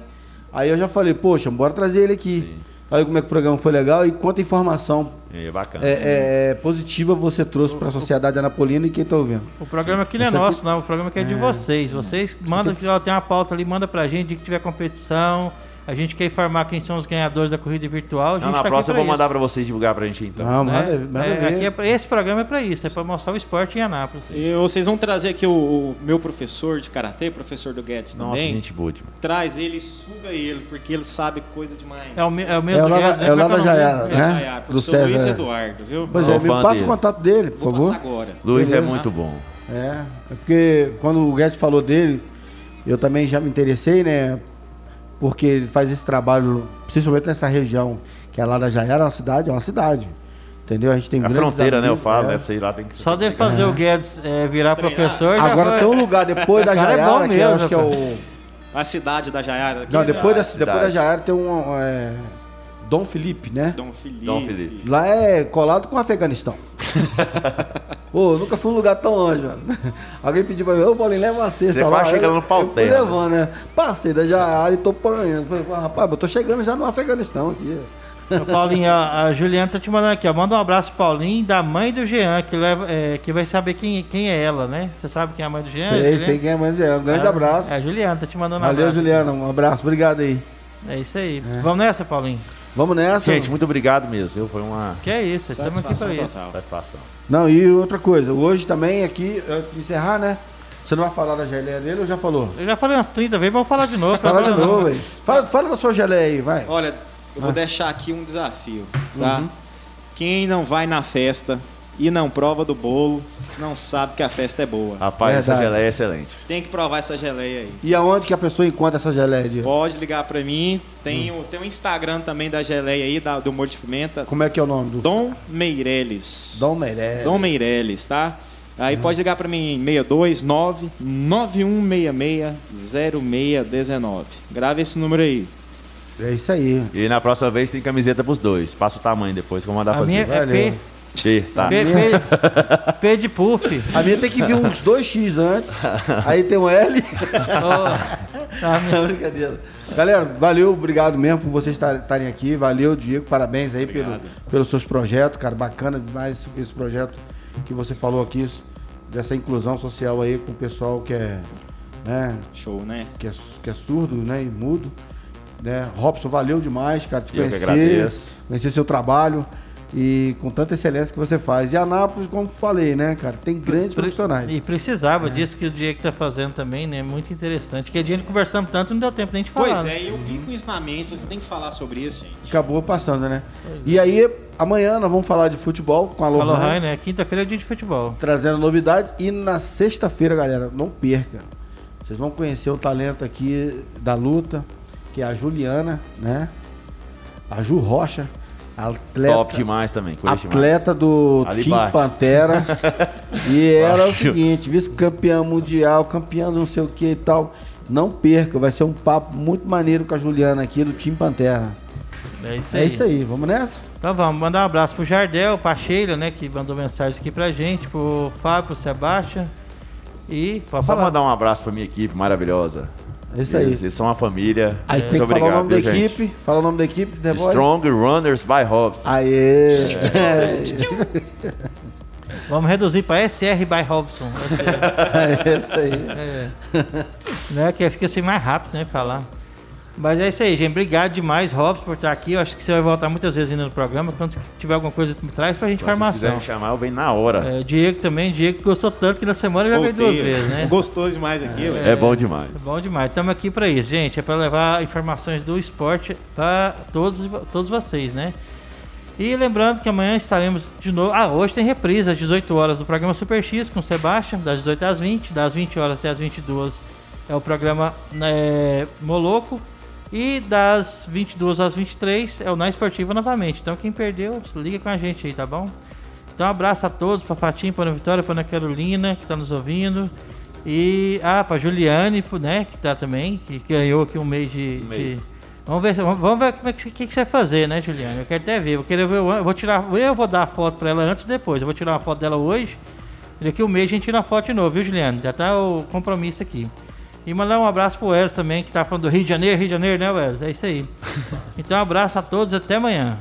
S3: Aí eu já falei, poxa, bora trazer ele aqui. Aí como é que o programa foi legal e quanta informação
S4: É bacana.
S3: é, é, positiva você trouxe pra sociedade anapolina e quem tá ouvindo.
S2: O programa aqui não é
S3: Esse aqui-
S2: nosso, não. O programa aqui é de vocês. Vocês mandam, que... ó, tem uma pauta ali, manda pra gente, de que tiver competição. A gente quer informar quem são os ganhadores da corrida virtual. A gente
S4: Não, na
S2: tá
S4: próxima eu vou
S2: aqui pra
S4: mandar
S2: isso,
S4: pra vocês divulgar pra gente então.
S3: Não,
S2: né?
S3: manda, manda
S2: É,
S3: ver.
S2: aqui é pra- Esse programa é pra isso, é pra mostrar o esporte em Anápolis.
S5: E vocês vão trazer aqui o, o meu professor de karatê, professor do Guedes
S4: Nossa,
S5: também.
S4: gente boa demais.
S5: Traz ele, suga ele, porque ele sabe coisa demais.
S2: É o, me- é o
S3: É
S2: mesmo
S3: o Lava-
S2: Guedes, né?
S3: é o
S2: Como
S3: Lava
S2: que nome
S3: Jaiara,
S2: dele?
S5: Luiz
S3: né?
S5: Aiar,
S3: Do
S5: professor
S3: César.
S5: Luiz Eduardo, viu?
S3: Pois
S4: Sou
S3: é, me
S4: fã
S3: passa
S4: dele.
S3: o contato dele, por
S5: Vou
S3: favor.
S5: passar agora.
S4: Luiz é
S3: Beleza.
S4: muito bom.
S3: É, é porque quando o Guedes falou dele, eu também já me interessei, né? Porque ele faz esse trabalho, principalmente nessa região, que é lá da Jaiara, é uma cidade, é uma cidade. Entendeu? A gente
S2: Um
S3: tem
S4: A
S3: grandes
S4: fronteira, né? Eu
S3: amigos,
S4: falo,
S3: é.
S4: né? Vocês lá tem que.
S2: Só dele fazer o Guedes é, virar professor. já
S3: Agora
S2: foi-
S3: tem um lugar depois da
S2: O cara é
S3: Jaiara,
S2: bom
S3: que eu
S2: mesmo,
S3: acho que é
S2: rapaz.
S3: o.
S5: A cidade da Jaiara. aqui,
S3: Não,
S5: né?
S3: depois da, depois
S4: cidade.
S3: da Jaiara tem um. é, Dom Felipe, né?
S5: Dom Felipe.
S4: Dom Felipe.
S3: Lá é colado com o Afeganistão. Pô, eu nunca fui um lugar tão longe, mano. Alguém pediu pra mim, ô Paulinho, leva uma cesta
S4: Você
S3: lá.
S4: quase chega
S3: Eu-
S4: lá no Pauteira,
S3: Eu fui levando, né? Passei da Jaara e tô ponhando. Falei, "Pô, Rapaz, eu tô chegando já no Afeganistão aqui.
S2: Ô, Paulinho, a, a Juliana tá te mandando aqui, ó. Manda um abraço, pro Paulinho, da mãe do Jean, que, leva, é, que vai saber quem, quem é ela, né? Você sabe quem é a mãe do Jean?
S3: sei,
S2: Juliana?
S3: sei quem é, mas é. Um grande
S2: Ah,
S3: abraço.
S2: É, a Juliana, tá te mandando um
S3: Valeu,
S2: abraço.
S3: Juliana. Um abraço, obrigado aí.
S2: É isso aí. Vamos nessa, Paulinho?
S3: Vamos nessa.
S4: Gente, muito obrigado mesmo. viu? Foi uma
S2: Que é isso, estamos aqui
S5: Satisfação
S2: pra isso.
S5: total.
S4: satisfação.
S3: Não, e outra coisa, hoje também aqui, antes de encerrar, né? Você não vai falar da geleia dele ou já falou?
S2: Eu já falei umas 30 vezes, vamos falar de novo.
S3: Fala de
S2: pelo menos.
S3: novo, velho. Fala, fala da sua geleia aí, vai.
S5: Olha, eu
S3: Ah.
S5: vou deixar aqui um desafio, tá?
S3: Uhum.
S5: Quem não vai na festa e não prova do bolo, não sabe que a festa é boa.
S2: Ah.
S4: Rapaz, essa
S3: Verdade.
S4: geleia é excelente.
S5: Tem que provar essa geleia aí.
S3: E aonde que a pessoa encontra essa geleia? Diego?
S5: Pode ligar pra mim. Tem
S2: Hum.
S5: o, tem o Instagram também da geleia aí, da- do molho de pimenta.
S3: Como é que é o nome do?
S5: Dom Meireles.
S3: Dom Meirelles.
S5: Dom Meirelles, tá? Aí pode ligar pra mim em 629 91660619. Grava esse número aí.
S3: É isso aí.
S4: E na próxima vez tem camiseta pros dois. Passa o tamanho depois que eu vou mandar
S2: A minha
S4: fazer.
S2: é P,
S3: Valeu. é
S4: Sim, tá.
S2: P, P, P de Puff.
S3: A minha tem que vir uns dois x antes. Aí tem um L.
S2: Ô, a minha-
S3: Brincadeira. Galera, valeu, obrigado mesmo por vocês tar- estarem aqui. Valeu, Diego, parabéns aí pelo, pelos seus projetos, cara. Bacana demais esse- esse projeto que você falou aqui, isso- dessa inclusão social aí com o pessoal que é, né,
S5: Show, né?
S3: que é, que é surdo, né, e mudo. Né? Robson, valeu demais, cara, te
S4: Eu que
S3: conhecer,
S4: agradeço.
S3: conhecer seu trabalho e com tanta excelência que você faz. E Anápolis, como falei, né, cara, tem grandes profissionais.
S2: E precisava disso que o Diego tá fazendo também, né? Muito interessante. Que a gente conversando tanto, não deu tempo nem de falar.
S5: Pois
S2: né?
S5: é, eu vim com isso na mente, você tem que falar sobre isso, gente.
S3: Acabou passando, né? E aí, amanhã nós vamos falar de futebol com a
S2: Falou, Rai,
S3: Lohane,
S2: né? Quinta-feira é dia de futebol.
S3: trazendo novidade. E na sexta-feira, galera, não perca. Vocês vão conhecer o talento aqui da luta, que é a Juliana, né? A Ju Rocha, atleta.
S4: Top demais também. Coisa demais.
S3: atleta do
S4: Ali
S3: Team
S4: baixo.
S3: Pantera. e era o
S4: Baixo.
S3: seguinte, vice-campeã mundial, campeã do não sei o que e tal. Não perca, vai ser um papo muito maneiro com a Juliana aqui do Team Pantera.
S2: É isso aí.
S3: É isso aí, vamos nessa?
S2: Então vamos, mandar um abraço pro Jardel, pra Sheila, né? Que mandou mensagem aqui pra gente, pro Fábio, pro Sebastião, E pode
S4: Só
S2: falar.
S4: mandar um abraço pra minha equipe maravilhosa.
S3: É isso aí.
S4: Eles, eles são uma família.
S3: Aí você tem que
S4: Muito
S3: falar o nome
S4: viu,
S3: da
S4: gente?
S3: equipe. Fala o nome da equipe, The Boy.
S4: Strong Runners by Hobbs.
S3: Aê!
S2: Vamos reduzir pra SR by Robson.
S3: É isso aí.
S2: É. né? Que fica assim mais rápido, né? Falar. Mas é isso aí, gente. Obrigado demais, Robson, por estar aqui. Eu acho que você vai voltar muitas vezes ainda no programa. Quando você tiver alguma coisa, tu me traz pra gente
S4: Se vocês
S2: informação.
S4: quiserem me chamar, eu venho na hora.
S2: É, o Diego também, o Diego que gostou tanto que na semana já veio duas vezes, né?
S5: Gostoso demais aqui,
S4: É,
S5: velho.
S4: bom demais.
S2: É Bom demais. Estamos aqui para isso, gente. É para levar informações do esporte para todos, todos vocês, né? E lembrando que amanhã estaremos de novo. Ah, hoje tem reprise às 18 horas do programa Super X com o Sebastião, das 18 às 20, das 20 horas até as 22 é o programa né, Moloco e das 22 às 23 é o Na Esportiva novamente. Então quem perdeu, se liga com a gente aí, tá bom? Então um abraço a todos, pra Fatinho, pra Ana Vitória, pra Ana Carolina, que tá nos ouvindo. E ah, pra Juliane, pro- né, que tá também, que ganhou aqui um mês de.
S4: mês.
S2: de- Vamos ver, se- vamos vamos ver como é que, você- que que você vai fazer, né, Juliane? Eu quero até ver. Eu quero ver, o an- eu vou tirar, eu vou dar a foto pra ela antes e depois. Eu vou tirar uma foto dela hoje. E Daqui um mês a gente tira a foto de novo, viu, Juliane? Já tá o compromisso aqui. E mandar um abraço pro Wes também, que tá falando do Rio de Janeiro, Rio de Janeiro, né, Wes? É isso aí. Então, um abraço a todos, até amanhã.